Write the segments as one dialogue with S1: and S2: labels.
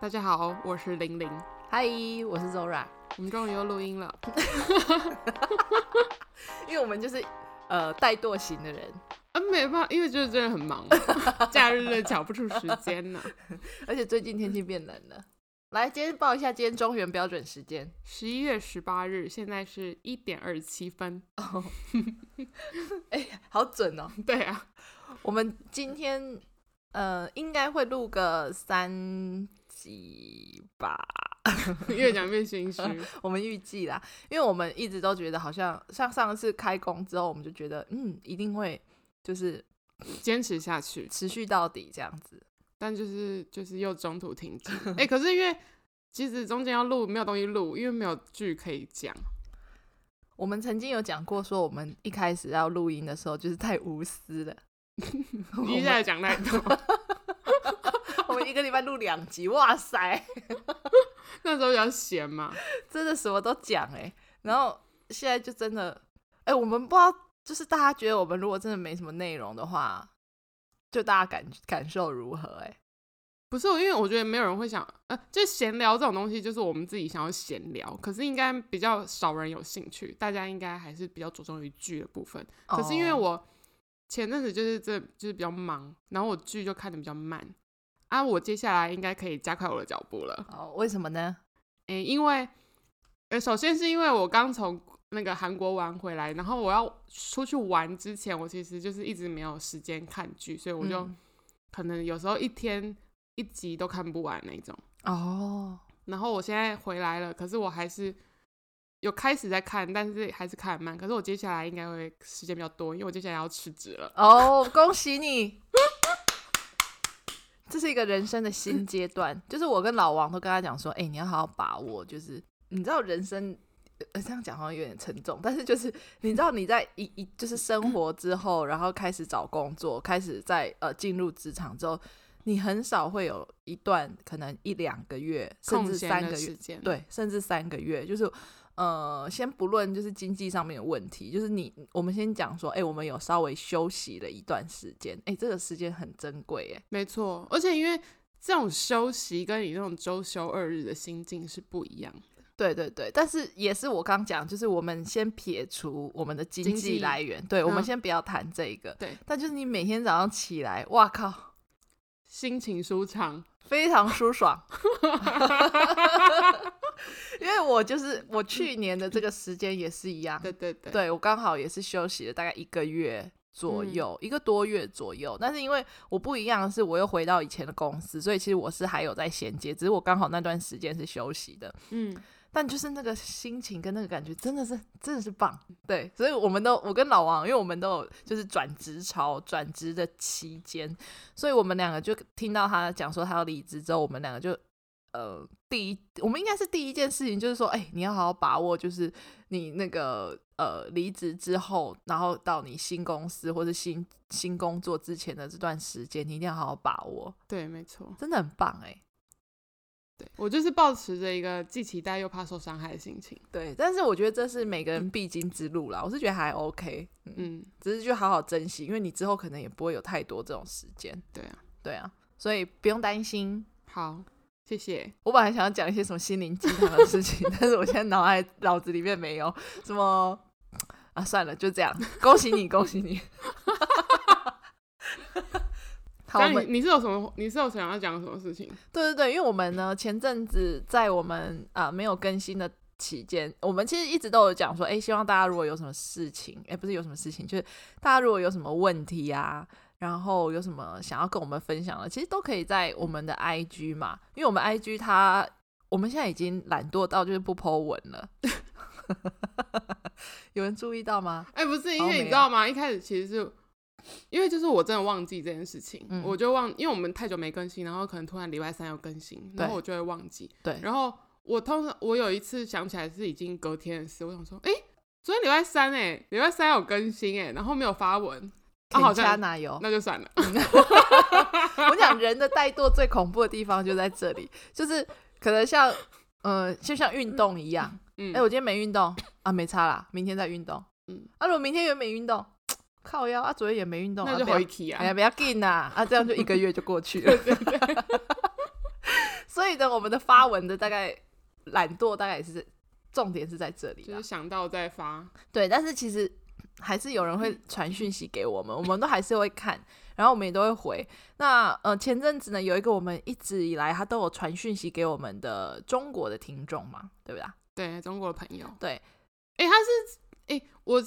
S1: 大家好，我是玲玲，
S2: 嗨，我是 Zora，
S1: 我们终于又录音了。
S2: 因为我们就是呃怠惰型的人，
S1: 啊，没办法，因为就是真的很忙 啊，假日真的瞧不出时间呢、
S2: 而且最近天气变冷了。来，今天报一下今天中原标准时间，
S1: 十一月十八日，现在是一点二七分。
S2: 好准哦。
S1: 对啊，
S2: 我们今天呃应该会录个三集吧，
S1: 越讲越心虚。
S2: 我们预计啦，因为我们一直都觉得好像像上次开工之后，我们就觉得嗯一定会就是
S1: 坚持下去，
S2: 持续到底这样子。
S1: 但就是就是又中途停止。哎、可是因为其实中间要录没有东西录，因为没有剧可以讲。
S2: 我们曾经有讲过，说我们一开始要录音的时候就是太无私了， 我
S1: 一
S2: 们
S1: 下讲太多，
S2: 我们一个礼拜录两集，哇塞，
S1: 那时候比较闲嘛。
S2: 真的什么都讲哎、然后现在就真的，哎、我们不知道，就是大家觉得我们如果真的没什么内容的话，就大家感感受如何、哎，
S1: 不是，因为我觉得没有人会想，呃，就闲聊这种东西，就是我们自己想要闲聊，可是应该比较少人有兴趣，大家应该还是比较着重于剧的部分。可是因为
S2: 哦
S1: 我前阵子就是这就是比较忙，然后我剧就看的比较慢啊，我接下来应该可以加快我的脚步了。
S2: 哦，为什么呢？
S1: 诶、因为呃，首先是因为我刚从那个韩国玩回来，然后我要出去玩之前，我其实就是一直没有时间看剧，所以我就
S2: 嗯
S1: 可能有时候一天一集都看不完那种。
S2: 哦，
S1: 然后我现在回来了，可是我还是有开始在看，但是还是看得慢。可是我接下来应该会时间比较多，因为我接下来要辞职了。
S2: 哦，恭喜你！这是一个人生的新阶段，就是我跟老王都跟他讲说，哎、你要好好把握，就是你知道人生。呃，这样讲好像有点沉重，但是就是你知道你在一一就是生活之后，然后开始找工作，开始在呃进入职场之后，你很少会有一段可能一两个月甚
S1: 空
S2: 至
S1: 闲
S2: 三
S1: 的
S2: 个月
S1: 时，间，，
S2: 对，甚至三个月，就是呃，先不论就是经济上面的问题，就是你我们先讲说，哎、我们有稍微休息了一段时间，哎、这个时间很珍贵，哎，
S1: 没错。而且因为这种休息跟你那种周休二日的心境是不一样的。
S2: 对对对，但是也是我刚讲，就是我们先撇除我们的经
S1: 经济
S2: 济来源，对，我们
S1: 嗯
S2: 先不要谈这个，
S1: 对，
S2: 但就是你每天早上起来，哇靠，
S1: 心情舒畅，
S2: 非常舒爽。 因为我就是我去年的这个时间也是一样，
S1: 对对对，
S2: 啊对我刚好也是休息了大概一个月左右，一个多月左右。但是因为我不一样，是我又回到以前的公司，所以其实我是还有在衔接，只是我刚好那段时间是休息的。
S1: 嗯，
S2: 但就是那个心情跟那个感觉，真的是真的是棒，对，所以我们都我跟老王，因为我们都有就是转职潮、转职的期间，所以我们两个就听到他讲说他要离职之后，我们两个就呃第一，我们应该是第一件事情就是说，哎、你要好好把握，就是你那个呃离职之后，然后到你新公司或是新新工作之前的这段时间，你一定要好好把握，
S1: 对，没错。
S2: 真的很棒哎、
S1: 对我就是保持着一个既期待又怕受伤害的心情，
S2: 对，但是我觉得这是每个人必经之路啦，我是觉得还 OK，嗯，
S1: 嗯，
S2: 只是就好好珍惜，因为你之后可能也不会有太多这种时间，
S1: 对啊，
S2: 对啊，所以不用担心。
S1: 好，谢谢。
S2: 我本来想要讲一些什么心灵鸡汤的事情， 但是我现在脑海脑子里面没有什么啊，算了，就这样。恭喜你，恭喜你。 好，我
S1: 那
S2: 们
S1: 你你是有什么？你是有想要讲什么事情？
S2: 对对对，因为我们呢前阵子在我们啊、没有更新的期间，我们其实一直都有讲说，哎，希望大家如果有什么事情，哎，不是有什么事情，就是大家如果有什么问题啊，然后有什么想要跟我们分享的，其实都可以在我们的 IG 嘛，因为我们 IG 它我们现在已经懒惰到就是不 po 文了， 有人注意到吗？
S1: 哎、不是，因
S2: 哦
S1: 为
S2: 没
S1: 你
S2: 有
S1: 知道吗？一开始其实是因为就是我真的忘记这件事情，
S2: 嗯
S1: 我就忘，因为我们太久没更新，然后可能突然礼拜三要更新，然后
S2: 对
S1: 我就会忘记。
S2: 对
S1: 然后我通常我有一次想起来是已经隔天的事，我想说，哎、昨天礼拜三哎、礼拜三有更新哎、然后没有发文，啊好
S2: 肯
S1: 像
S2: 加奶油，
S1: 那就算
S2: 哎
S1: 了。
S2: 我讲人的怠惰最恐怖的地方就在这里，就是可能像呃，就像运动一样，
S1: 嗯，
S2: 哎、我今天没运动啊，没差啦，明天再运动。
S1: 嗯
S2: 嗯，啊，如果明天也没运动，靠腰啊，昨天也没运动，
S1: 那就
S2: 啊、不要
S1: 回 k
S2: 哎
S1: 啊
S2: 呀，。不要紧啦，啊，这样就一个月就过去了。
S1: 对对对，
S2: 所以呢，我们的发文的大概懒惰，大概也是重点是在这里
S1: 就
S2: 啦
S1: 是。想到再发，
S2: 对，但是其实还是有人会传讯息给我们，我们都还是会看，然后我们也都会回。那呃，前阵子呢，有一个我们一直以来他都有传讯息给我们的中国的听众嘛，对不对啊？
S1: 对中国的朋友，
S2: 对，
S1: 哎、他是哎、我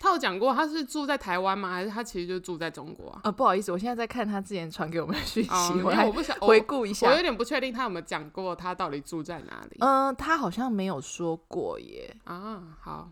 S1: 他有讲过他是住在台湾吗？还是他其实就住在中 国啊？
S2: 呃，不好意思，我现在在看他之前传给我们的讯息，
S1: 哦，因
S2: 我
S1: 为我
S2: 来
S1: 不想我
S2: 回顾一下
S1: 我。有点不确定他有没有讲过他到底住在哪里、
S2: 嗯、他好像没有说过耶，
S1: 啊？好，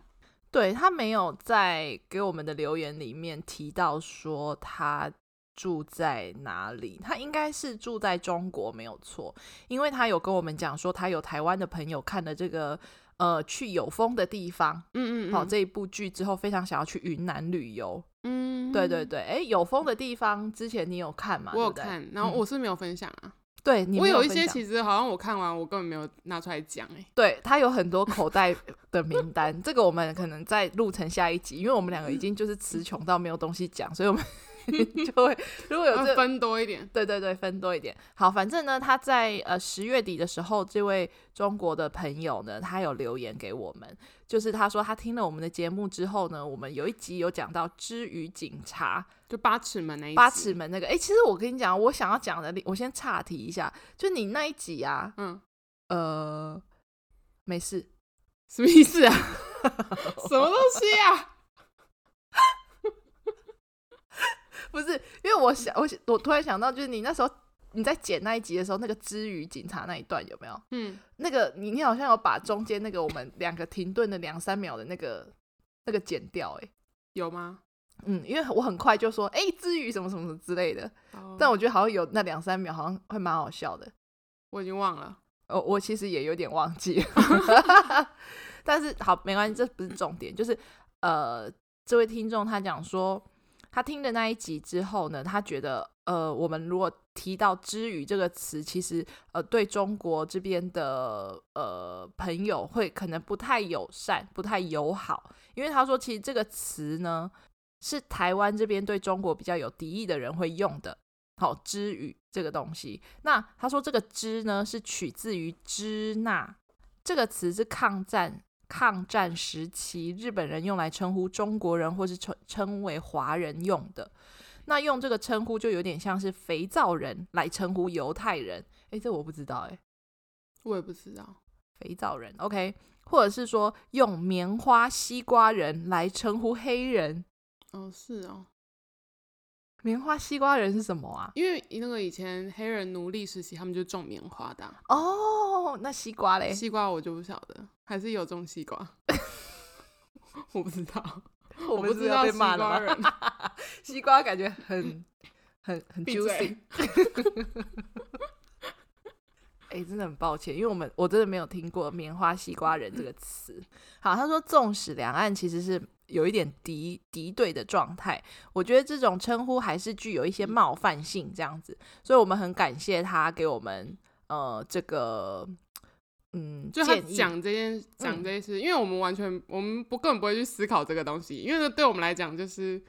S2: 对他没有在给我们的留言里面提到说他住在哪里，他应该是住在中国没有错，因为他有跟我们讲说他有台湾的朋友看了这个呃去有风的地方，
S1: 嗯嗯，嗯
S2: 好、这一部剧之后非常想要去云南旅游，
S1: 嗯，
S2: 对对对，哎有风的地方之前你有看吗？
S1: 我有
S2: 对不对，
S1: 看，然后我是没有分享啊，
S2: 对你
S1: 我嗯
S2: 没
S1: 有
S2: 有
S1: 一
S2: 分
S1: 些
S2: 享
S1: 其实好像我看完我根本没有拿出来讲哎、
S2: 对他有很多口袋的名单，这个我们可能在录成下一集，因为我们两个已经就是
S1: 嗯
S2: 词穷到没有东西讲，所以我们 就会如果有
S1: 要
S2: 这
S1: 嗯分多一点，
S2: 对对对分多一点。好，反正呢，他在呃十月底的时候，这位中国的朋友呢，他有留言给我们，就是他说他听了我们的节目之后呢，我们有一集有讲到之于警察，
S1: 就八尺门那一
S2: 八
S1: 集
S2: 尺门那个。诶，其实我跟你讲，我想要讲的，我先岔题一下，就你那一集啊，
S1: 嗯，
S2: 呃，没事。
S1: 什么意 思啊？什么东西啊？
S2: 不是，因为我想，我想我突然想到，就是你那时候你在剪那一集的时候，那个之于警察那一段有没有？
S1: 嗯，
S2: 那个你你好像有把中间那个我们两个停顿的两三秒的那个那个剪掉、欸，
S1: 有吗？
S2: 嗯，因为我很快就说，哎、之于什么什么什么之类的，
S1: 哦
S2: 但我觉得好像有那两三秒，好像会蛮好笑的。
S1: 我已经忘了。
S2: 哦，我其实也有点忘记了，但是好没关系，这不是重点，就是呃，这位听众他讲说，他听的那一集之后呢，他觉得呃，我们如果提到“之语”这个词，其实呃，对中国这边的呃朋友会可能不太友善、不太友好，因为他说其实这个词呢是台湾这边对中国比较有敌意的人会用的。好，知语这个东西。那他说这个“支”呢，是取自于“支那”这个词，是抗战抗战时期日本人用来称呼中国人或是称称为华人用的。那用这个称呼就有点像是肥皂人来称呼犹太人。诶，这我不知道诶，
S1: 我也不知道，
S2: 肥皂人，OK，或者是说用棉花西瓜人来称呼黑人。
S1: 哦，是哦，
S2: 棉花西瓜人是什么啊？
S1: 因为那个以前黑人奴隶时期，他们就种棉花的啊、
S2: 哦，那西瓜嘞？
S1: 西瓜我就不晓得，还是有种西 瓜，我不知道，我
S2: 们
S1: 不
S2: 是
S1: 知
S2: 要
S1: 道
S2: 被
S1: 西
S2: 骂了
S1: 瓜
S2: 吗
S1: 人
S2: 西瓜感觉 很很很
S1: 闭嘴
S2: juicy。哎、真的很抱歉，因为我们我真的没有听过“棉花西瓜人”这个词。好，他说，纵使两岸其实是有一点敌敌对的状态，我觉得这种称呼还是具有一
S1: 嗯
S2: 些冒犯性，这样子，所以我们很感谢他给我们呃这个嗯
S1: 就他
S2: 建议。
S1: 讲这件讲
S2: 嗯
S1: 这件事，因为我们完全我们不根本不会去思考这个东西，因为对我们来讲就是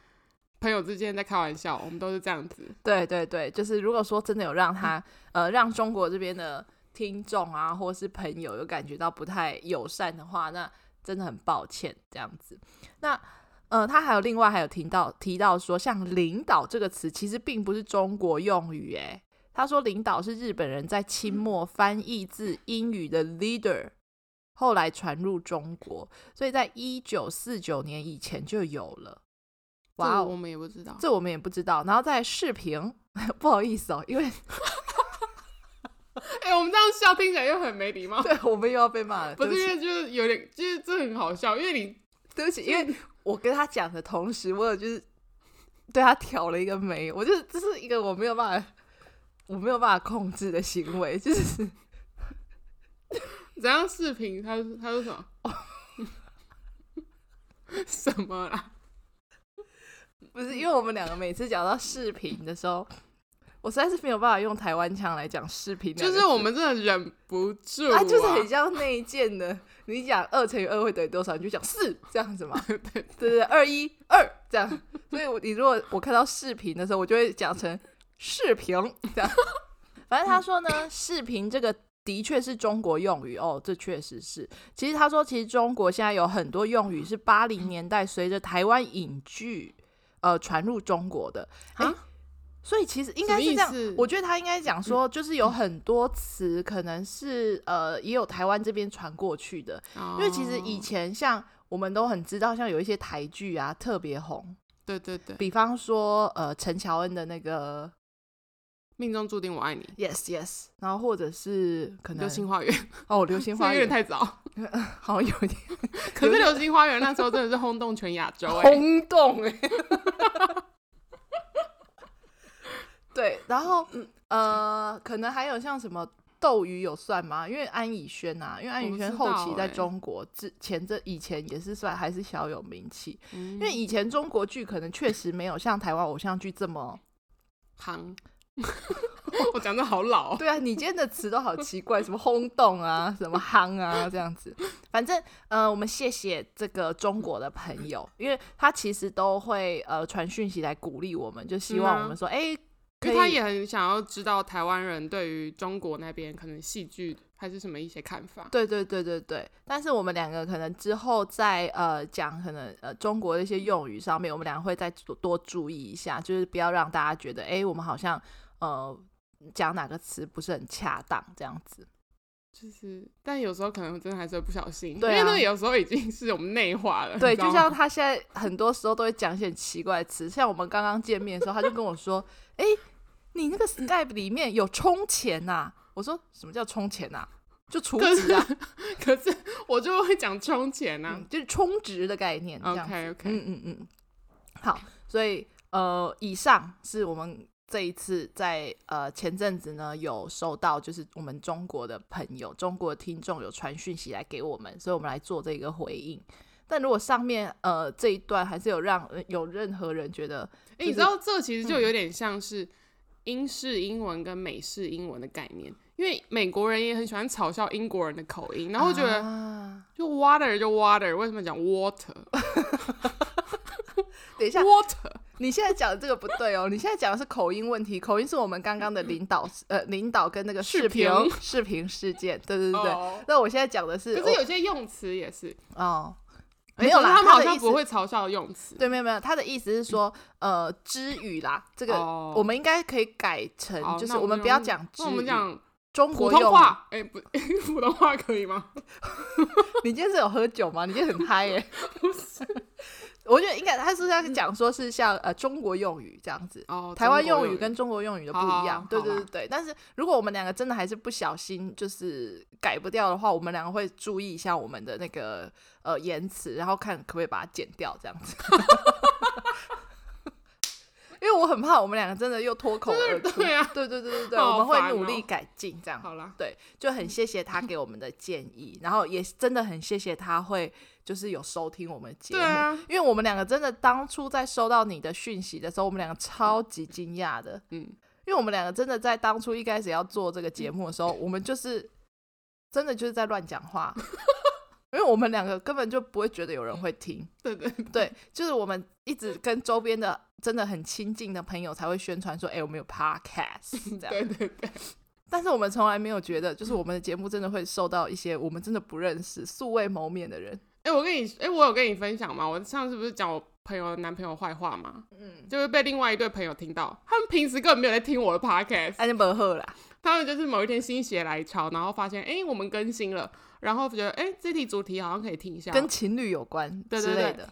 S1: 朋友之间在开玩笑，我们都是这样子。
S2: 对对对，就是如果说真的有让他、呃让中国这边的听众啊，或是朋友有感觉到不太友善的话，那真的很抱歉这样子。那呃，他还有另外还有提到提到说，像领导这个词其实并不是中国用语，诶，他说领导是日本人在清末翻译自英语的 leader。后来传入中国，所以在一九四九年以前就有了。
S1: 这
S2: 哇、
S1: 个
S2: 哦！
S1: 我们也不知道，
S2: 这我们也不知道。然后在视频， 不好意思哦， 因为
S1: 哎、我们这样笑听起来又很没礼貌。
S2: 对我们又要被骂了，
S1: 不
S2: 对
S1: 是
S2: 不
S1: 因为
S2: 起，
S1: 就是有点，就是这很好笑，因为你
S2: 对不起，因为我跟他讲的同时，我有就是对他挑了一个眉，我就是这是一个我没有办法，我没有办法控制的行为，就是
S1: 怎样视频，他他说什么？
S2: 哦
S1: 什么啦？
S2: 不是因为我们两个每次讲到视频的时候，我实在是没有办法用台湾腔来讲视频两
S1: 就
S2: 个字，
S1: 是我们真的忍不住
S2: 啊，就是很像内建的，你讲二乘以二会等于多少，你就讲四这样子嘛。对对对，二一二这样。所以我你如果我看到视频的时候，我就会讲成视频这样。反正他说
S1: 嗯
S2: 呢，视频这个的确是中国用语哦，这确实是。其实他说，其实中国现在有很多用语是八零年代随着台湾影剧呃传入中国的，哎
S1: 啊
S2: 所以其实应该是
S1: 什
S2: 这
S1: 么意思嗯
S2: 样。我觉得他应该讲说，就是有很多词可能是呃也有台湾这边传过去的，因为其实以
S1: 哦
S2: 前像我们都很知道，像有一些台剧啊特别红，
S1: 对对对，
S2: 比方说呃陈乔恩的那个
S1: 命中注定我爱你，
S2: Yes Yes，然后或者是可能
S1: 流星花园，
S2: 哦流星
S1: 这
S2: 花
S1: 个有点
S2: 园，
S1: 太早。
S2: 好像有一点
S1: 可是流星花园那时候真的是轰动全亚洲、欸，
S2: 轰动哎、对，然后呃，可能还有像什么斗鱼有算吗？因为安以轩呐、啊，因为安
S1: 我
S2: 以
S1: 不
S2: 轩
S1: 知
S2: 后
S1: 道
S2: 期在
S1: 欸
S2: 中国之前这以前也是算还是小有名气，
S1: 因
S2: 因为以前中国剧可能确实没有像台湾偶像剧这么
S1: 行， 我讲的好老、哦，
S2: 对啊，你今天的词都好奇怪，什么轰动啊，什么夯啊，这样子。反正呃，我们谢谢这个中国的朋友，因为他其实都会呃传讯息来鼓励我们，就希望我们说，哎、
S1: 嗯啊因
S2: 可
S1: 为他
S2: 以
S1: 也很想要知道台湾人对于中国那边可能戏剧还是什么一些看法。
S2: 对对对对对，但是我们两个可能之后在呃讲可能呃中国的一些用语上面，我们俩会再多多注意一下，就是不要让大家觉得，哎、我们好像呃讲哪个词不是很恰当这样子。
S1: 就是，但有时候可能真的还是会不小心，
S2: 对啊
S1: 因为那有时候已经是我们内化了。
S2: 对，
S1: 你知道
S2: 就
S1: 吗
S2: 像他现在很多时候都会讲一些很奇怪的词，像我们刚刚见面的时候，他就跟我说：“哎、你那个 Skype 里面有充钱呐、我说：“什么叫充钱呐、就储
S1: 可
S2: 值啊，
S1: 可是我就会讲充钱啊。
S2: 嗯就是充值的概念，这样子。
S1: OK OK，、
S2: 嗯嗯嗯，好，所以呃，以上是我们这一次在呃前阵子呢有收到，就是我们中国的朋友、中国的听众有传讯息来给我们，所以我们来做这个回应。但如果上面呃这一段还是有让呃有任何人觉得，
S1: 哎、你
S2: 就
S1: 知
S2: 是嗯
S1: 道这其实就有点像是英式英文跟美式英文的概念，因为美国人也很喜欢嘲笑英国人的口音，然后觉得
S2: 啊、
S1: 就 water 就 water，为什么讲 water？water
S2: 等一下，你现在讲的这个不对哦，你现在讲的是口音问题，口音是我们刚刚的领导呃领导跟那个视
S1: 视
S2: 频
S1: 频
S2: 视频事件，对对对对。
S1: 哦
S2: 那我现在讲的是，
S1: 可是有些用词也是，
S2: 哦，
S1: 诶
S2: 没有
S1: 哎可
S2: 啦，
S1: 是他们好
S2: 的
S1: 像
S2: 意
S1: 不
S2: 思。
S1: 会嘲笑用词。
S2: 对，没有没有，他的意思是说，呃，知语啦，这个
S1: 哦
S2: 我们应该可以改成，
S1: 好
S2: 就是
S1: 那
S2: 我
S1: 我
S2: 们
S1: 们
S2: 不要讲知
S1: 那我们
S2: 语，
S1: 讲
S2: 中
S1: 普
S2: 国
S1: 通
S2: 用语。
S1: 话，哎、不， 普通话可以吗？
S2: 你今天是有喝酒吗？你今天很嗨耶、
S1: 不是，
S2: 我觉得应该他是要讲说是像呃中国用语这样子。
S1: 哦，
S2: 台湾
S1: 中国
S2: 用语跟中国用语的不
S1: 好
S2: 一
S1: 好
S2: 样
S1: 好，
S2: 对
S1: 好
S2: 对
S1: 啦
S2: 对对。但是如果我们两个真的还是不小心就是改不掉的话，我们两个会注意一下我们的那个呃言辞，然后看可不可以把它剪掉这样子。 因为我很怕我们两个真的又脱口而出，
S1: 对啊
S2: 对对对对对，
S1: 好
S2: 我们会
S1: 烦哦
S2: 努力改进这样。
S1: 好啦，
S2: 对，就很谢谢他给我们的建议，然后也真的很谢谢他会就是有收听我们的节目，
S1: 对啊
S2: 因为我们两个真的当初在收到你的讯息的时候，我们两个超级惊讶的，
S1: 嗯，
S2: 因为我们两个真的在当初一开始要做这个节目的时候，我们就是真的就是在乱讲话， 因为我们两个根本就不会觉得有人会听，
S1: 对对对
S2: 对，就是我们一直跟周边的真的很亲近的朋友才会宣传说，哎、我们 有 podcast 这样，
S1: 对对对，
S2: 但是我们从来没有觉得，就是我们的节目真的会受到一些我们真的不认识、素未谋面的人。
S1: 哎、我跟你，哎、我有跟你分享吗？我上次不是讲我朋友的男朋友坏话吗？
S2: 嗯，
S1: 就是被另外一对朋友听到，他们平时根本没有在听我的 podcast，
S2: 安尼不好啦。
S1: 他们就是某一天心血来潮，然后发现，哎、我们更新了，然后觉得，哎、这题主题好像可以听一下，
S2: 跟情侣有关
S1: 对
S2: 之
S1: 对
S2: 类
S1: 对
S2: 的。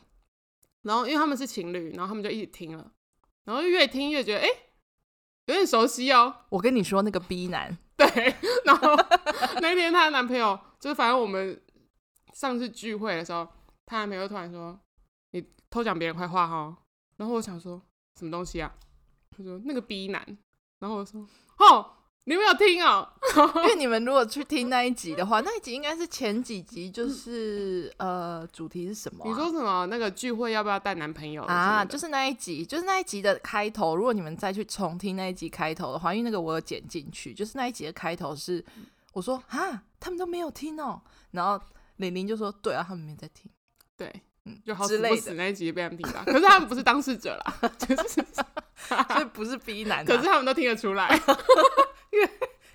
S1: 然后因为他们是情侣，然后他们就一起听了，然后越听越觉得，哎、有点熟悉哦，
S2: 我跟你说，那个 B 男，
S1: 对，然后那天她的男朋友，就是反正我们上次聚会的时候，她男朋友突然说：“你偷讲别人坏话哈。”然后我想说什么东西啊？他说那个逼男。然后我说：“哦，你没有听哦。
S2: 因为你们如果去听那一集的话，那一集应该是前几集，就是呃，主题是什么啊、
S1: 你说什么？那个聚会要不要带男朋友
S2: 啊，就是是那一集，就是那一集的开头。如果你们再去重听那一集开头的话，因为那个我有剪进去，就是那一集的开头是我说啊，他们都没有听哦，然后玲玲就说对啊，他们没在听。
S1: 对，
S2: 嗯
S1: 就好
S2: 之
S1: 死
S2: 类
S1: 不
S2: 的
S1: 死那一集被他们听到。可是他们不是当事者 啦，就是，
S2: 所以不是 B 男、啊，
S1: 可是他们都听得出来。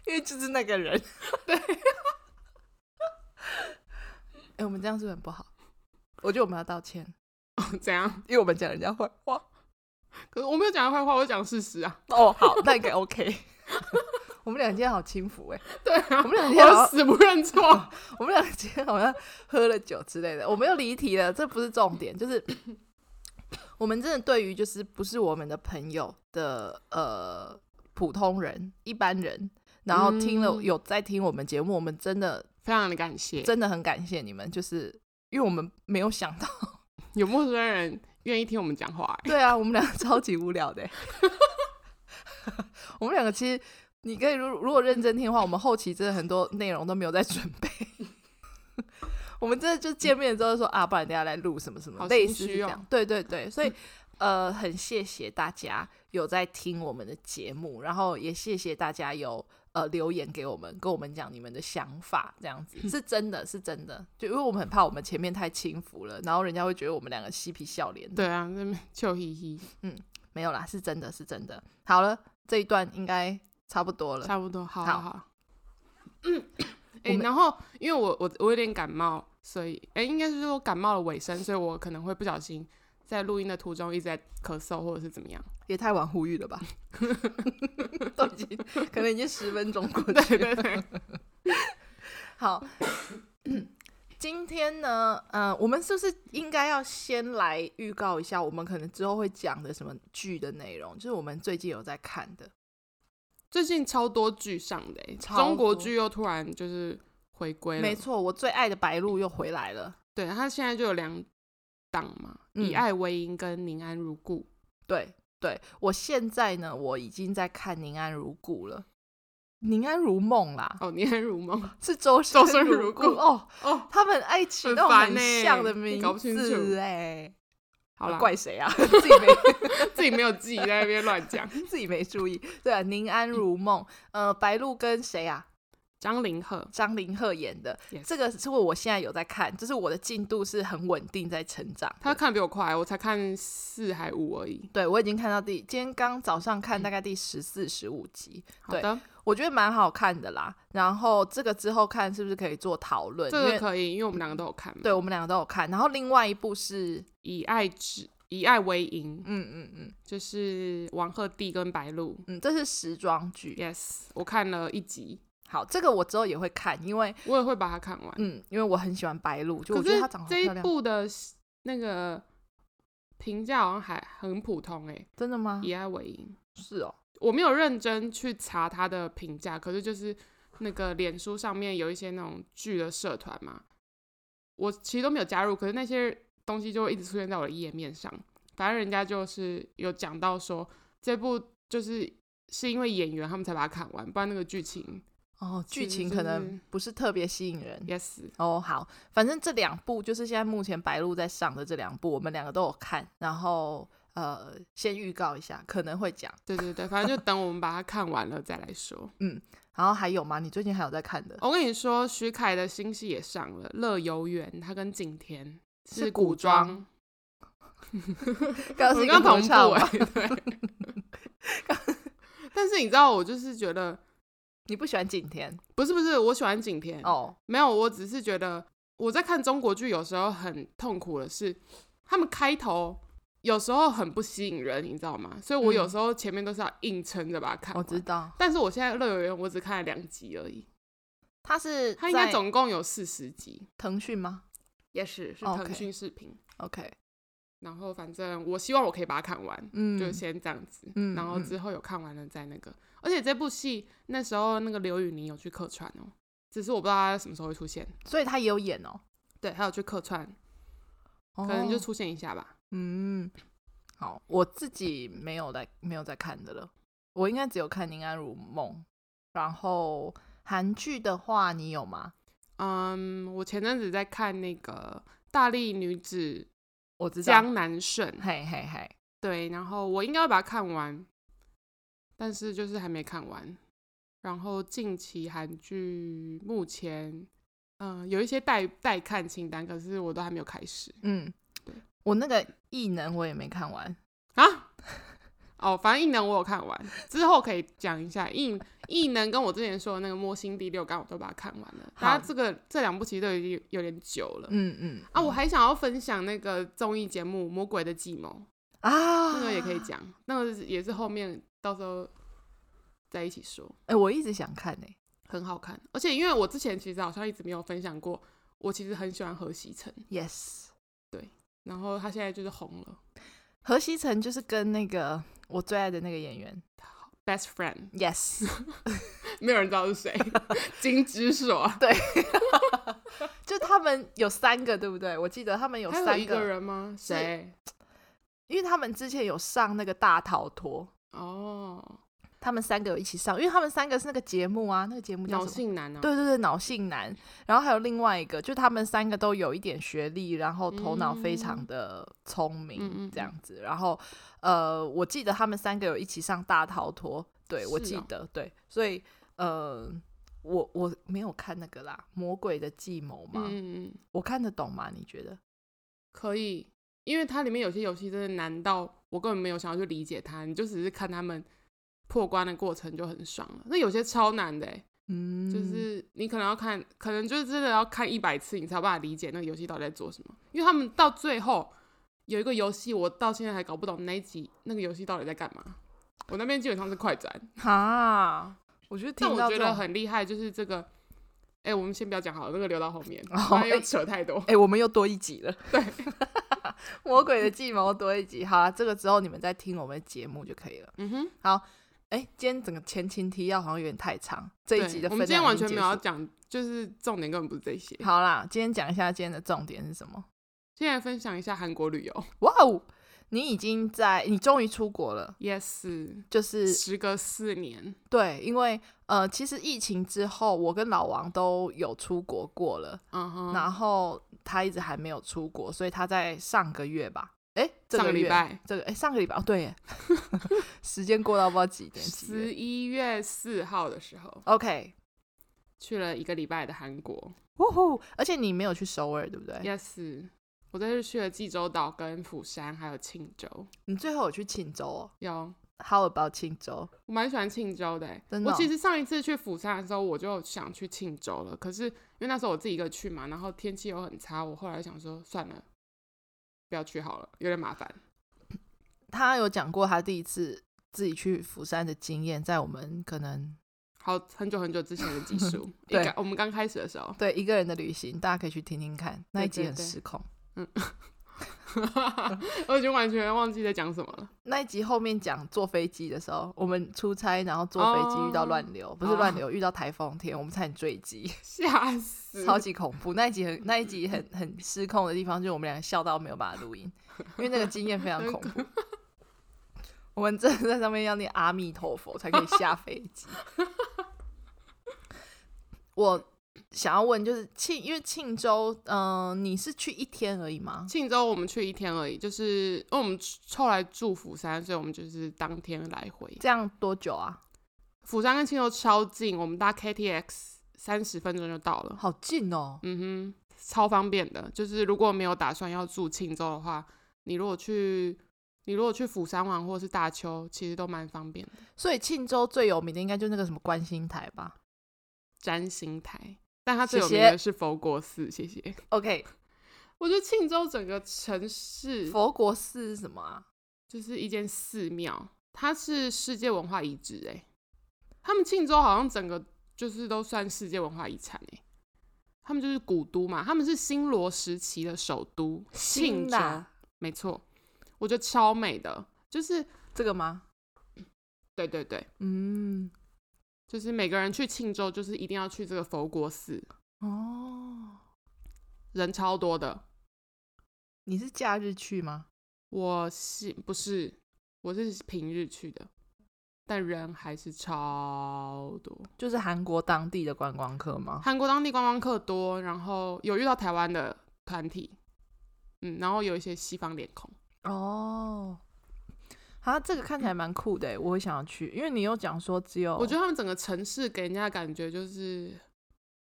S2: 因为就是那个人。对， 哎、我们这样是不是很不好？我觉得我们要道歉，
S1: 怎样？
S2: 因为我们讲人家坏话。
S1: 可是我没有讲他坏话，我讲事实啊。
S2: 哦，好，那应该 OK。我们俩今天好轻浮哎、
S1: 对啊，
S2: 我们两天好
S1: 我死不认错。
S2: 我们俩今天好像喝了酒之类的，我们又离题了，这不是重点，就是 我们真的对于就是不是我们的朋友的呃普通人、一般人，然后听了、
S1: 嗯
S2: 有在听我们节目，我们真的
S1: 非常的感谢，
S2: 真的很感谢你们，就是因为我们没有想到，
S1: 有陌生人愿意听我们讲话、欸，
S2: 对啊，我们俩超级无聊的欸， 我们两个其实。你可以如如果认真听的话，我们后期真的很多内容都没有在准备。 我们真的就见面之后就说啊，不然等一下来录什么什么，
S1: 好
S2: 类
S1: 心
S2: 似是
S1: 虚
S2: 这
S1: 哦嗯
S2: 样。对对对，所以呃，很谢谢大家有在听我们的节目，然后也谢谢大家有呃留言给我们，跟我们讲你们的想法，这 样子是真的是真的。就因为我们很怕我们前面太轻浮了，然后人家会觉得我们两个嬉皮笑脸的。
S1: 对啊，那边臭嘻嘻，
S2: 没有啦，是真的是真的。好了，这一段应该差不多了。
S1: 差不多，好
S2: 好
S1: 好好。 嗯，哎、
S2: 我们
S1: 然后因为我我我有点感冒，所以哎、应该是说感冒了尾声，所以我可能会不小心在录音的途中一直在咳嗽或者是怎么样。
S2: 也太晚呼吁了 吧？都已经可能已经十分钟过去
S1: 对
S2: 了。
S1: 对对，
S2: 好， 今天呢，呃，我们是不是应该要先来预告一下，我们可能之后会讲的什么剧的内容？就是我们最近有在看的。
S1: 最近超多剧上的、欸，
S2: 超
S1: 中国
S2: 多
S1: 剧又突然就是回归
S2: 没
S1: 了，
S2: 错，我最爱的白鹿又回来了。
S1: 对，它现在就有两档嘛，以
S2: 嗯
S1: 爱为营》跟《宁安如故》。
S2: 对对，我现在呢，我已经在看《宁安如故》了，《宁安如梦》啦，
S1: 哦，《宁安如梦》
S2: 是周
S1: 周
S2: 生
S1: 生
S2: 如
S1: 如
S2: 故
S1: 故
S2: 哦。
S1: 哦，
S2: 他们爱取
S1: 很
S2: 那种
S1: 烦
S2: 很
S1: 欸
S2: 像的
S1: 你
S2: 名
S1: 搞不清楚
S2: 字哎、
S1: 好了，
S2: 怪谁 啊？自己没
S1: 自己没有记，在那边乱讲。
S2: 自己没注意。对啊，宁安如梦，呃，白鹿跟谁啊？
S1: 张凌赫，
S2: 张凌赫演的
S1: Yes
S2: 这个是我现在有在看，就是我的进度是很稳定在成长的。
S1: 他看得比我快，我才看四还五而已。
S2: 对我已经看到第，今天刚早上
S1: 嗯
S2: 看大概第十四、十五集，
S1: 好的，
S2: 我觉得蛮好看的啦。然后这个之后看是不是可以做讨论？
S1: 这
S2: 呃因
S1: 个
S2: 为
S1: 可以，因为我们两个都有看嘛。
S2: 对我们两个都有看。然后另外一部是，
S1: 以爱之以爱为营，
S2: 嗯嗯嗯
S1: 就是王鹤棣跟白鹿。
S2: 嗯，这是时装剧。
S1: Yes，我看了一集，
S2: 好，这个我之后也会看，因为
S1: 我也会把它看完。
S2: 嗯，因为我很喜欢白鹿，就我
S1: 可
S2: 觉得
S1: 是
S2: 她长得好
S1: 这一
S2: 漂亮。
S1: 部的那个评价好像还很普通诶、
S2: 真的吗？
S1: 以爱为营，
S2: 是哦，
S1: 我没有认真去查他的评价，可是就是那个脸书上面有一些那种剧的社团嘛，我其实都没有加入，可是那些东西就会一直出现在我的页面上。反正人家就是有讲到说，这部就是是因为演员他们才把它看完，不然那个剧情
S2: 哦，剧
S1: 是
S2: 情
S1: 就
S2: 可能
S1: 是
S2: 不是特别吸引人。
S1: yes
S2: 哦，好，反正这两部就是现在目前白鹿在上的这两部，我们两个都有看，然后呃，先预告一下，可能会讲。
S1: 对对对，反正就等我们把它看完了再来说。
S2: 然后还有吗？你最近还有在看的？
S1: 我跟你说，徐凯的新戏也上了，《乐游原》，他跟景甜
S2: 是
S1: 是
S2: 古
S1: 古装，
S2: 刚
S1: 我
S2: 是
S1: 们
S2: 一个
S1: 刚
S2: 合
S1: 同
S2: 唱
S1: 步
S2: 吗
S1: 哎、？ 对。但是你知道，我就是觉得
S2: 你不喜欢景 甜
S1: 不是不是，我喜欢景甜，
S2: 哦？
S1: 没有，我只是觉得我在看中国剧有时候很痛苦的是，他们开头有时候很不吸引人，你知道吗？所以我有
S2: 嗯
S1: 时候前面都是要硬撑着把它看
S2: 我
S1: 完。
S2: 知道，
S1: 但是我现在《乐游原》我只看了两集而已，
S2: 他是
S1: 它应该
S2: 在
S1: 总共有四十集，
S2: 腾讯吗
S1: 也是是
S2: OK
S1: 腾讯视频。
S2: ？OK，
S1: 然后反正我希望我可以把它看完，
S2: 嗯，
S1: 就先这样子，
S2: 嗯
S1: 然后
S2: 嗯
S1: 之后有看完了再那个。而且这部戏那时候那个刘宇宁有去客串哦，只是我不知道他什么时候会出现。
S2: 所以他也有演哦，
S1: 对，他有去客串，
S2: 可
S1: 可能就出现一下吧。
S2: 嗯，好，我自己没有在没有在看的了，我应该只有看《宁安如梦》，然后韩剧的话，你有吗？
S1: 嗯，我前阵子在看那个《大力女子
S2: 我知道，
S1: 江南胜》，
S2: 嘿嘿嘿，
S1: 对，然后我应该会把它看完，但是就是还没看完。然后近期韩剧目前，嗯、有一些待待看清单，可是我都还没有开始
S2: 嗯
S1: 对，
S2: 我那个异能我也没看完，
S1: 啊。 哦，反正异能我有看完，之后可以讲一下异异能跟我之前说的那个《摸心第六感》，我都把它看完了。
S2: 好
S1: 它这个这两部其实都已经有点久了、
S2: 嗯嗯
S1: 啊。我还想要分享那个综艺节目《魔鬼的计谋》，
S2: 啊，
S1: 那个也可以讲，那个也是后面到时候在一起说，
S2: 哎、我一直想看呢、
S1: 很好看。而且因为我之前其实好像一直没有分享过，我其实很喜欢何西成，
S2: Yes，
S1: 然后他现在就是红了
S2: 何西成就是跟那个我最爱的那个演员
S1: ，Best Friend，
S2: Yes，
S1: 没有人知道是 谁，金枝所，
S2: 就他们有三个，对不对？我记得他们有
S1: 还
S2: 三
S1: 有一个人吗？谁？
S2: 因为他们之前有上那个大逃脱，
S1: 哦，
S2: 他们三个有一起上，因为他们三个是那个节目啊，那个节目叫
S1: 脑
S2: 什么？
S1: 性男啊，
S2: 对对对，脑性男，然后还有另外一个，就他们三个都有一点学历，然后头脑非常的聪
S1: 嗯嗯
S2: 明
S1: 嗯，
S2: 这样子。然后呃，我记得他们三个有一起上大逃脱，对我
S1: 是
S2: 记
S1: 哦
S2: 得，对，所以呃，我我没有看那个啦，《魔鬼的计谋》嘛，
S1: 嗯，嗯嗯，
S2: 我看得懂吗？你觉得？
S1: 可以，因为它里面有些游戏真的难到我根本没有想要去理解它，你就只是看他们破关的过程就很爽了。那有些超难的、欸，
S2: 嗯，
S1: 就是你可能要看，可能就是真的要看一百次，你才有办法理解那个游戏到底在做什么。因为他们到最后有一个游戏，我到现在还搞不懂那一集那个游戏到底在干嘛。我那边基本上是快斩，
S2: 哈，我觉得
S1: 但
S2: 听
S1: 我
S2: 到
S1: 觉
S2: 这
S1: 得
S2: 种，
S1: 很厉害，就是这个。哎、我们先不要讲好了，那个留到后面，
S2: 哦
S1: 不然又
S2: 哎
S1: 扯太 多。
S2: 哎、我们又多一集了。对， 魔鬼的计谋多一集。好啦，这个之后你们再听我们的节目就可以了。
S1: 嗯哼，
S2: 哎、今天整个前情提要好像有点太长，这一
S1: 对
S2: 集的
S1: 我
S2: 分
S1: 们今天
S2: 量
S1: 完
S2: 已经
S1: 全没有要
S2: 结
S1: 讲，就是重点根本不是这些
S2: 束。好啦，今天讲一下今天的重点是什么。
S1: 现在分享一下韩国旅 游
S2: 哇哦，你已经在，你终于出国了，
S1: ，yes，
S2: 就是
S1: 时隔四年，
S2: 对，因为呃，其实疫情之后，我跟老王都有出国过了，
S1: 嗯哼，
S2: 然后他一直还没有出国，所以他在上个月吧，哎，这
S1: 上
S2: 个
S1: 个礼
S2: 月
S1: 拜
S2: 这个哎、上个礼拜哦，对耶， 时间过到不知道几点几月
S1: 十一月四号的时候
S2: OK，
S1: 去了一个礼拜的韩国
S2: 呜呼！而且你没有去首尔，对不对
S1: ，yes，我在这去了济州岛、跟釜山还有庆州，
S2: 你最后有去庆州哦
S1: 有。
S2: ？How about 庆州？
S1: 我蛮喜欢庆州的欸、
S2: 真的哦
S1: 我其实上一次去釜山的时候，我就想去庆州了，可是因为那时候我自己一个去嘛，然后天气又很差，我后来想说算了，不要去好了，有点麻烦。
S2: 他有讲过他第一次自己去釜山的经验，在我们可能，
S1: 好，很久很久之前的技术
S2: 对
S1: 一刚我们刚开始的时候，
S2: 对一个人的旅行，大家可以去听听看，那一
S1: 对
S2: 集
S1: 对
S2: 很
S1: 对
S2: 失控。
S1: 我已经完全忘记在讲什么了。
S2: 那一集后面讲坐飞机的时候，我们出差然后坐飞机遇
S1: 哦
S2: 到乱流不是乱流，遇到台风天，我们差点坠机，
S1: 吓死！
S2: 超级恐怖。那一集很那一集很很失控的地方，就是我们两个笑到没有办法录音，因为那个经验非常恐怖。我们真的在上面要念阿弥陀佛才可以下飞机。 我想要问，就是庆，因为庆州，嗯、你是去一天而已吗？
S1: 庆州我们去一天而已，就是因为我们后来住釜山，所以我们就是当天来回。
S2: 这样多久啊？
S1: 釜山跟庆州超近，我们搭 KTX 三十分钟就到了。
S2: 好近哦，
S1: 嗯哼，超方便的。就是如果没有打算要住庆州的话，你如果去你如果去釜山玩或是大邱，其实都蛮方便的。
S2: 所以庆州最有名的应该就那个什么观星台吧。
S1: 占星台，但它最有
S2: 谢谢
S1: 名的是佛国寺。谢谢。
S2: OK，
S1: 我觉得庆州整个城市
S2: 佛国寺是什么啊？
S1: 就是一间寺庙，它是世界文化遗址、欸。他们庆州好像整个就是都算世界文化遗产、欸。他们就是古都嘛，他们是新罗时期的首都庆
S2: 新
S1: 州，
S2: 啦，
S1: 没错，我觉得超美的，就是
S2: 这个吗？
S1: 对对对，
S2: 嗯，
S1: 就是每个人去庆州就是一定要去这个佛国寺，
S2: 哦，
S1: 人超多的。
S2: 你是假日去吗？
S1: 我是不是我是平日去的，但人还是超多。
S2: 就是韩国当地的观光客吗？
S1: 韩国当地观光客多，然后有遇到台湾的团体，嗯，然后有一些西方脸孔。
S2: 哦，啊，这个看起来蛮酷的耶，欸我会想要去，因为你有讲说只有，
S1: 我觉得他们整个城市给人家的感觉就是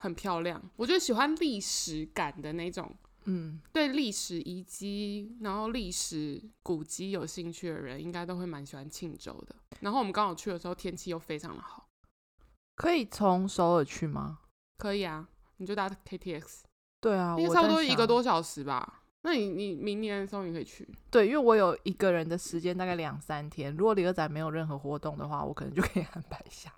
S1: 很漂亮，我觉得喜欢历史感的那种
S2: 得嗯，
S1: 对历史遗迹，然后历史古迹有兴趣的人，应该都会蛮喜欢庆州的。然后我们刚好去的时候，天气又非常的好，
S2: 可以从首尔去吗？
S1: 可以啊，你就搭 KTX，
S2: 对啊，
S1: 应
S2: 我
S1: 该差不
S2: 在
S1: 多一个
S2: 想。
S1: 多小时吧。那你你明年的时候你可以去，
S2: 对，因为我有一个人的时间大概两三天，如果李二仔没有任何活动的话，我可能就可以 安排一下。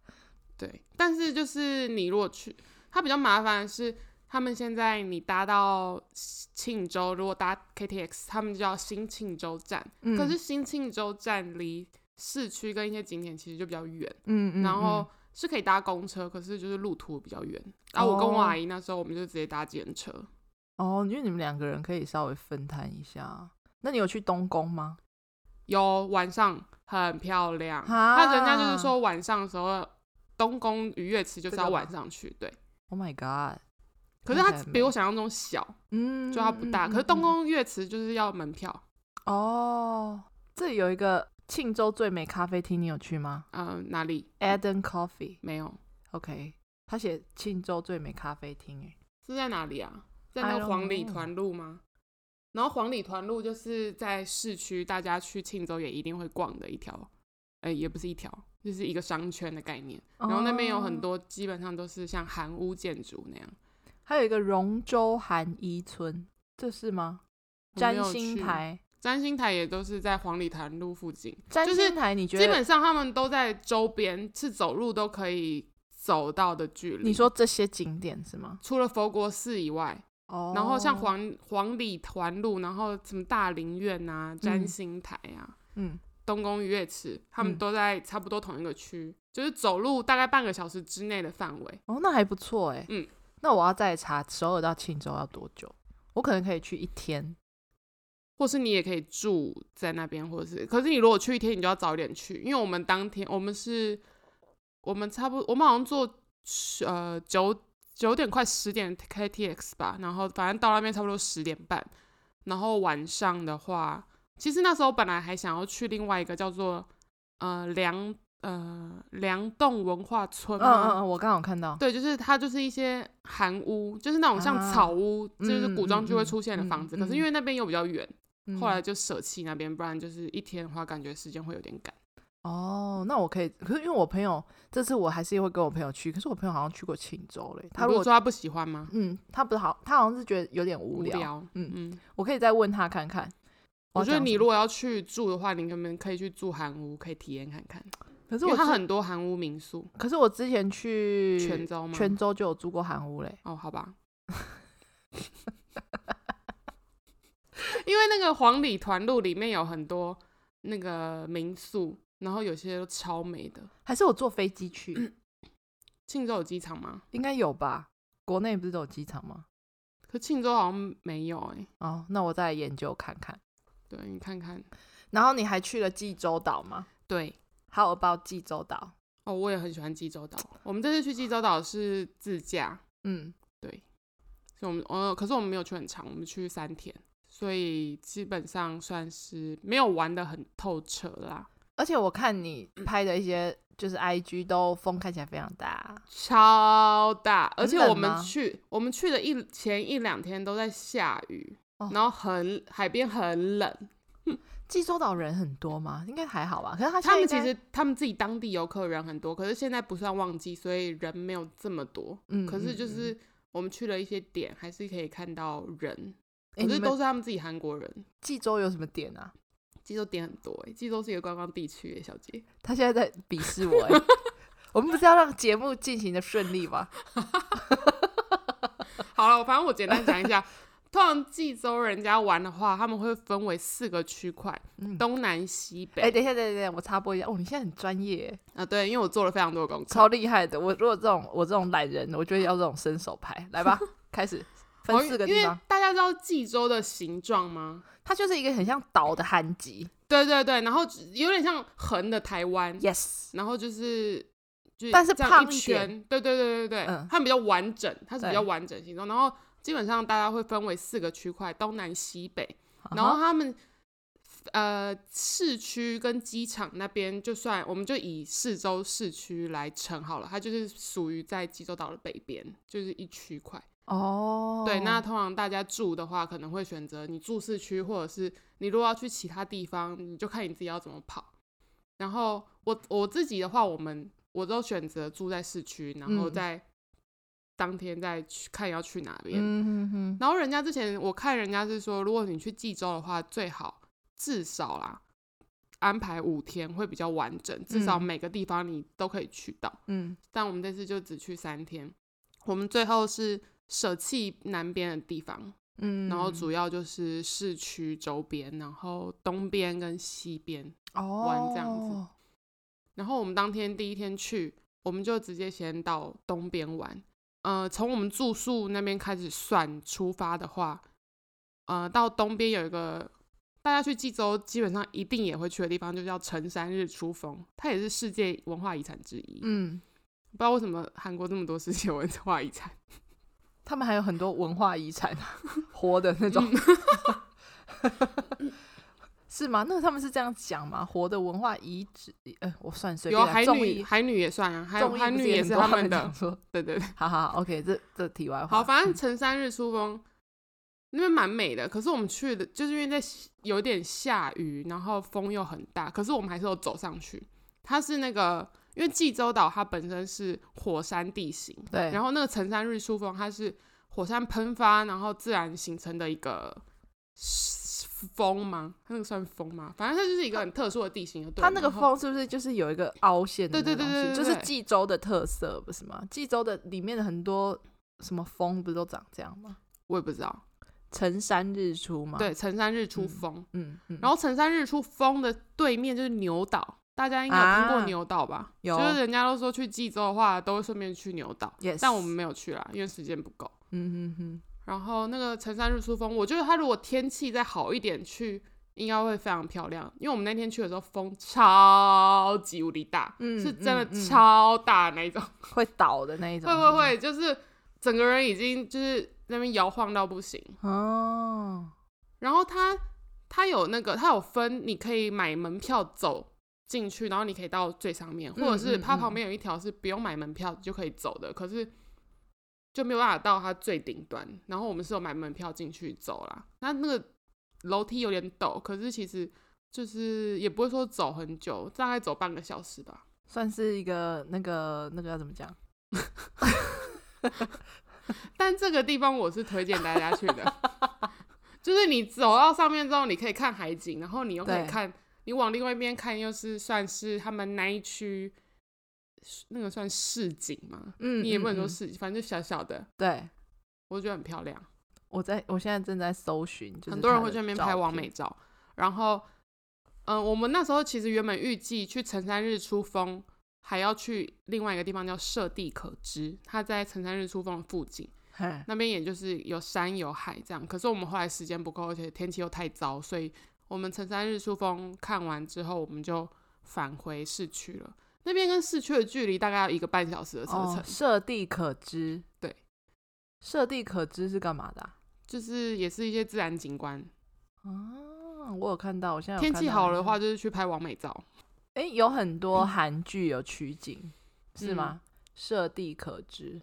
S1: 对。但是就是你如果去，它比较麻烦的是，他们现在你搭到庆州，如果搭 KTX，他们就叫新庆州站，
S2: 嗯
S1: 可是新庆州站离市区跟一些景点其实就比较远。
S2: 嗯嗯，
S1: 然后
S2: 嗯
S1: 是可以搭公车，可是就是路途比较远。然后我跟我阿姨那时候，我们就直接搭计程车。
S2: 哦，因为你们两个人可以稍微分摊一下。那你有去东宫吗？
S1: 有晚上很漂亮，
S2: 啊
S1: 那人家就是说晚上的时候，东宫愉悦池就是
S2: 这
S1: 要
S2: 个吗
S1: 晚上去，对。
S2: Oh my god！
S1: 可是它
S2: 看起来
S1: 比我
S2: 美
S1: 想象中小，
S2: 嗯，
S1: 就它不大。
S2: 嗯
S1: 可是东
S2: 嗯嗯
S1: 宫乐池就是要门票，
S2: 哦，这里有一个庆州最美咖啡厅，你有去吗
S1: 嗯、哪里
S2: ？Eden Coffee。
S1: 没有？
S2: OK，他写庆州最美咖啡厅，哎，
S1: 是在哪里啊？在
S2: I
S1: 那
S2: don't
S1: 个黄里
S2: know
S1: 团路吗？然后黄里团路就是在市区，大家去庆州也一定会逛的一条，哎、也不是一条，就是一个商圈的概念。然后那边有很
S2: 哦，
S1: 多基本上都是像韩屋建筑那样。
S2: 还有一个荣州韩一村，这是吗？
S1: 我没
S2: 占
S1: 有
S2: 星
S1: 去，
S2: 台，
S1: 占星台也都是在黄里潭路附近，
S2: 占
S1: 就是
S2: 星台，你觉
S1: 基
S2: 得？
S1: 本上他们都在周边，是走路都可以走到的距离。
S2: 你说这些景点是吗？
S1: 除了佛国寺以外，
S2: 哦，
S1: 然后像，黄黄里团路，然后什么大林苑啊、占
S2: 嗯
S1: 星台啊、
S2: 嗯，
S1: 东宫愉悦池，他们
S2: 嗯
S1: 都在差不多同一个区，就是走路大概半个小时之内的范围。
S2: 哦，那还不错哎。
S1: 嗯，
S2: 那我要再查首尔到庆州要多久？我可能可以去一天。
S1: 或是你也可以住在那边，或者是，可是你如果去一天，你就要早点去，因为我们当天我们是，我们差不多，我们好像坐呃九九点快十点 KTX 吧，然后反正到那边差不多十点半，然后晚上的话，其实那时候本来还想要去另外一个叫做呃梁呃梁洞文化村
S2: 嗯
S1: 嘛，
S2: 嗯嗯，我刚好看到。
S1: 对，就是它就是一些韩屋，就是那种像
S2: 啊
S1: 草屋，就是古装剧
S2: 嗯
S1: 会
S2: 嗯
S1: 出现的
S2: 嗯
S1: 房子，
S2: 嗯
S1: 可是因为那边又比较远。
S2: 嗯
S1: 后来就舍弃那边，不然就是一天的话，感觉时间会有点赶。
S2: 哦，那我可以，可是因为我朋友这次我还是会跟我朋友去，可是我朋友好像去过庆州嘞，他
S1: 你不
S2: 如
S1: 是
S2: 果
S1: 说他不喜欢吗？
S2: 嗯，他不是好，他好像是觉得有点无
S1: 无
S2: 聊，
S1: 聊，
S2: 嗯
S1: 嗯。
S2: 我可以再问他看看。
S1: 我觉得你如
S2: 录，
S1: 果要去住的话，你们可以去住韩屋，可以体验看看。
S2: 可是
S1: 因
S2: 我
S1: 为它
S2: 之
S1: 很多韩屋民宿，
S2: 可是我之前去
S1: 泉州吗？
S2: 泉州就有住过韩屋嘞，
S1: 哦，好吧。 因为那个黄里团路里面有很多那个民宿，然后有些都超美的。
S2: 还是我坐飞机去，
S1: 嗯庆州有机场吗？
S2: 应该有吧？国内不是都有机场吗？
S1: 可庆州好像没有哎、
S2: 哦，那我再研究看看。
S1: 对你看看，
S2: 然后你还去了济州岛吗
S1: 对，
S2: ？How about 济州岛？
S1: 哦，我也很喜欢济州岛。我们这次去济州岛是自驾，
S2: 嗯，
S1: 所以我们呃，可是我们没有去很长，我们去三天，所以基本上算是没有玩的很透彻啦，
S2: 而且我看你拍的一些就是 IG 都风看起来非常大，
S1: 超大。而
S2: 很
S1: 且
S2: 冷
S1: 我们
S2: 吗
S1: 去，我们去的一前一两天都在下雨，
S2: 哦
S1: 然后很海边很冷。
S2: 济州岛人很多吗？应该还好吧。可是他现
S1: 他
S2: 在
S1: 们
S2: 应
S1: 其
S2: 该
S1: 实他们自己当地游客人很多，可是现在不算旺季，所以人没有这么多。
S2: 嗯
S1: 可是就
S2: 嗯
S1: 是我们去了一些点，还是可以看到人，可
S2: 诶
S1: 是
S2: 你们
S1: 都是他们自己韩国人。
S2: 济州有什么点啊？
S1: 济州点很多哎、济州是一个观光地区哎、小姐。
S2: 他现在在鄙视我哎、我们不是要让节目进行的顺利吗？
S1: 好了，反正我简单讲一下，通常济州人家玩的话，他们会分为四个区块，
S2: 嗯，
S1: 东南西北。
S2: 哎、等一下，等一下，等一下，我插播一下，哦，你现在很专业欸，
S1: 啊，对，因为我做了非常多的功课。
S2: 超厉害的。我如果这种我这种懒人，我就要这种伸手牌，来 吧，开始分
S1: 哦
S2: 四个
S1: 因
S2: 地
S1: 为
S2: 方，
S1: 大家知道济州的形状吗？
S2: 它就是一个很像岛的韩籍。
S1: 对对对，然后有点像横的台湾，
S2: Yes，
S1: 然后就是。就
S2: 但是
S1: 这样
S2: 胖一
S1: 一
S2: 点
S1: 圈，对对对对对，
S2: 嗯
S1: 它比较完整，它是比
S2: 对
S1: 较完整形状。然后基本上大家会分为四个区块，东南西北。然
S2: 啊
S1: 后
S2: 哈
S1: 他们呃市区跟机场那边，就算我们就以四周市区来称好了，它就是属于在济州岛的北边，就是一区块。
S2: 哦，
S1: 对，那通常大家住的话，可能会选择你住市区，或者是你如果要去其他地方，你就看你自己要怎么跑。然后我我自己的话，我们我都选择住在市区，然后
S2: 嗯
S1: 在当天再去看要去哪边。
S2: 嗯哼哼，
S1: 然后人家之前我看人家是说，如果你去济州的话，最好至少啦安排五天会比较完整，至少
S2: 嗯
S1: 每个地方你都可以去到。
S2: 嗯
S1: 但我们这次就只去三天，我们最后是舍弃南边的地方，
S2: 嗯，
S1: 然后主要就是市区周边，然后东边跟西边。玩这样子
S2: 哦
S1: 然后我们当天第一天去，我们就直接先到东边玩。呃，从我们住宿那边开始算出发的话，呃，到东边有一个大家去济州基本上一定也会去的地方，就叫成山日出峰，它也是世界文化遗产之一。
S2: 嗯，
S1: 不知道为什么韩国这么多世界文化遗产。
S2: 他们还有很多文化 遗产，活的那种。
S1: 嗯
S2: 是吗？那他们是这样讲吗？活的文化遗址，呃，我算随
S1: 有
S2: 便
S1: 啊
S2: 啦
S1: 海
S2: 综
S1: 女，
S2: 艺，
S1: 海女也算啊，海
S2: 综艺
S1: 海
S2: 不
S1: 女也
S2: 也很
S1: 是
S2: 多
S1: 他们
S2: 讲
S1: 的，
S2: 说，
S1: 对对对。
S2: 好好好，OK，这这题外话。
S1: 好，反正成山日出峰那边蛮美的，可是我们去的就是因为在西有点下雨，然后风又很大，可是我们还是有走上去。它是那个，因为济州岛它本身是火山地形，
S2: 对，
S1: 然
S2: 后
S1: 后那个成山日出峰它是火山喷发，然后自然形成的一个风吗？它那个算风吗？反正它就是一个很特殊的地形就对了。
S2: 它那个
S1: 然后
S2: 风是不是就是有一个凹陷的
S1: 对对
S2: 那东
S1: 对对
S2: 西？
S1: 对
S2: 就是
S1: 对
S2: 济州的特色，不是吗？济州的里面的很多什么峰不是都长这样吗？
S1: 我也不知道，
S2: 成山日出嘛。，
S1: 对，成山日出
S2: 嗯
S1: 峰。
S2: 嗯嗯。
S1: 然后成山日出峰的对面就是牛岛，大家应该有听过
S2: 啊
S1: 牛岛吧？
S2: 有
S1: 就是人家都说去济州的话，都会顺便去牛岛
S2: Yes
S1: 但我们没有去啦，因为时间不够。
S2: 嗯嗯嗯，
S1: 然后那个成山日出峰，我觉得它如果天气再好一点去，应该会非常漂亮。因为我们那天去的时候风超级无敌大，
S2: 嗯
S1: 是真的
S2: 嗯嗯
S1: 超大那一种，
S2: 会倒的那一种。嗯
S1: 会
S2: 是
S1: 会
S2: 不是
S1: 会，就是整个人已经就是那边摇晃到不行。
S2: 哦，
S1: 然后它它有那个，它有分，你可以买门票走进去，然后你可以到最上面，或者是
S2: 嗯
S1: 它
S2: 嗯
S1: 旁边有一条是不用买门票就可以走的，可是就没有办法到它最顶端。然后我们是有买门票进去走啦，那那个楼梯有点陡，可是其实就是也不会说走很久，大概走半个小时吧。
S2: 算是一个那个那个要怎么讲？
S1: 但这个地方我是推荐大家去的， 就是你走到上面之后，你可以看海景，然后你又可以
S2: 对
S1: 看，你往另外一边看，又是算是他们那一区那个算市景嘛，
S2: 嗯
S1: 你也不能
S2: 嗯
S1: 说
S2: 嗯
S1: 市景，反正就小小的，
S2: 对。
S1: 我觉得很漂亮，
S2: 我在我现在正在搜寻，就是
S1: 很多人
S2: 它
S1: 会
S2: 的
S1: 去那边
S2: 照
S1: 拍完
S2: 片
S1: 美照，然后。嗯，我们那时候其实原本预计去成山日出峰，还要去另外一个地方叫舍地可知，它在成山日出峰的附近。
S2: 嘿
S1: 那边也就是有山有海这样。可是我们后来时间不够，而且天气又太糟，所以我们成山日出峰看完之后，我们就返回市区了。那边跟市区的距离大概要一个半小时的车程，
S2: 哦，设地可知，
S1: 对，
S2: 设地可知是干嘛的啊？
S1: 就是也是一些自然景观。
S2: 啊我有看到，我现在有
S1: 天
S2: 看
S1: 气
S2: 到嗯
S1: 好
S2: 那
S1: 的
S2: 个
S1: 话，，就是去拍完美照。
S2: 哎，有很多韩剧有取景，是
S1: 嗯
S2: 吗？设地可知。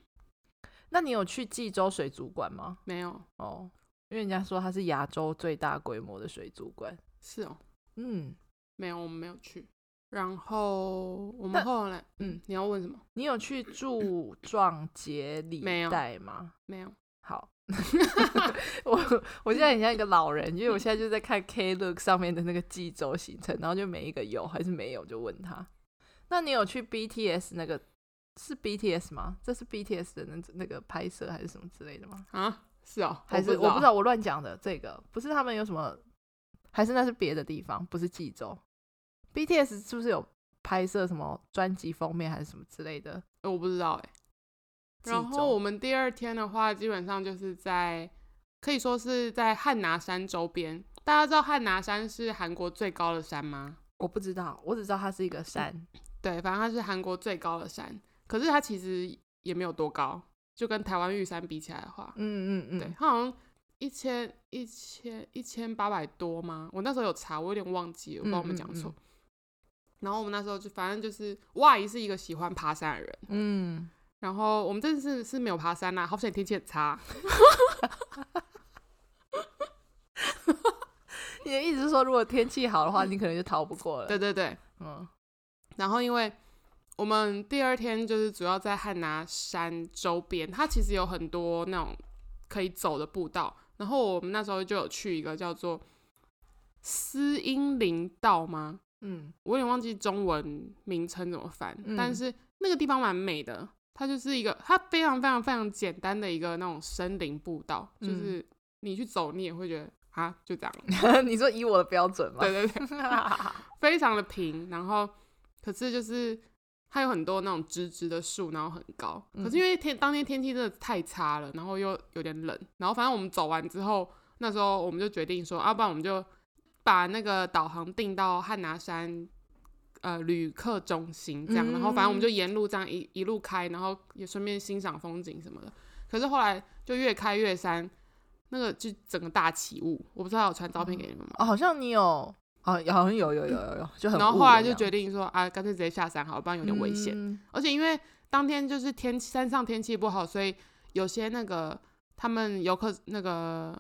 S2: 那你有去济州水族馆吗？
S1: 没有，
S2: 哦，因为人家说它是亚洲最大规模的水族馆。
S1: 是哦，
S2: 嗯，
S1: 没有，我们没有去。然后我们
S2: 但
S1: 后来，嗯
S2: 嗯，
S1: 你要问什么？
S2: 你有去住壮 节里
S1: 没有
S2: 带吗？
S1: 没有，
S2: 好，我我现在很像一个老人，因为我现在就在看 Klook 上面的那个济州行程，然后就每一个有还是没有就问他。那你有去 BTS 那个是 BTS 吗？这是 BTS 的那那个拍摄还是什么之类的吗？
S1: 啊，是哦，
S2: 还是
S1: 我
S2: 我不知，道，我乱讲的。这个不是他们有什么，还是那是别的地方，不是济州。BTS 是不是有拍摄什么专辑封面还是什么之类的？
S1: 我不知道哎、
S2: 济
S1: 然后
S2: 州
S1: 我们第二天的话，基本上就是在可以说是在汉拿山周边。大家知道汉拿山是韩国最高的山吗？
S2: 我不知道，我只知道它是一个山。
S1: 对，反正它是韩国最高的山，可是它其实也没有多高，就跟台湾玉山比起来的话，
S2: 嗯嗯嗯，
S1: 对，它好像一千一千一千八百多吗？我那时候有查，我有点忘记了，我不知道我们
S2: 嗯嗯
S1: 讲错。
S2: 嗯
S1: 然后我们那时候就反正就是，我阿姨是一个喜欢爬山的人，
S2: 嗯，
S1: 然后我们这次是没有爬山啦、好险天气很差。
S2: 你的意思是说，如果天气好的话，你可能就逃不过了。
S1: 对对对，
S2: 嗯，
S1: 然后因为我们第二天就是主要在汉拿山周边，它其实有很多那种可以走的步道。然后我们那时候就有去一个叫做思音林道吗？
S2: 嗯
S1: 我有点忘记中文名称怎么翻，
S2: 嗯
S1: 但是那个地方蛮美的。它就是一个，它非常非常非常简单的一个那种森林步道，就
S2: 嗯
S1: 是你去走，你也会觉得啊，就这样。
S2: 你说以我的标准吗？
S1: 对对对， 非常的平，然后可是就是它有很多那种直直的树，然后很高。
S2: 嗯
S1: 可是因为天当天天气真的太差了，然后又有点冷，然后反正我们走完之后，那时候我们就决定说，要、啊不然我们就把那个导航定到汉拿山。呃，旅客中心这样，
S2: 嗯
S1: 然后反正我们就沿路这样一一路开，然后也顺便欣赏风景什么的。可是后来就越开越山，那个就整个大起雾。我不知道有传照片给你们吗？
S2: 哦，好像你有，好，好像有有有有有，就很。
S1: 然后后来就决定说啊，干脆直接下山好了，不然有
S2: 有
S1: 点危险。
S2: 嗯
S1: 而且因为当天就是天气山上天气不好，所以有些那个他们游客那个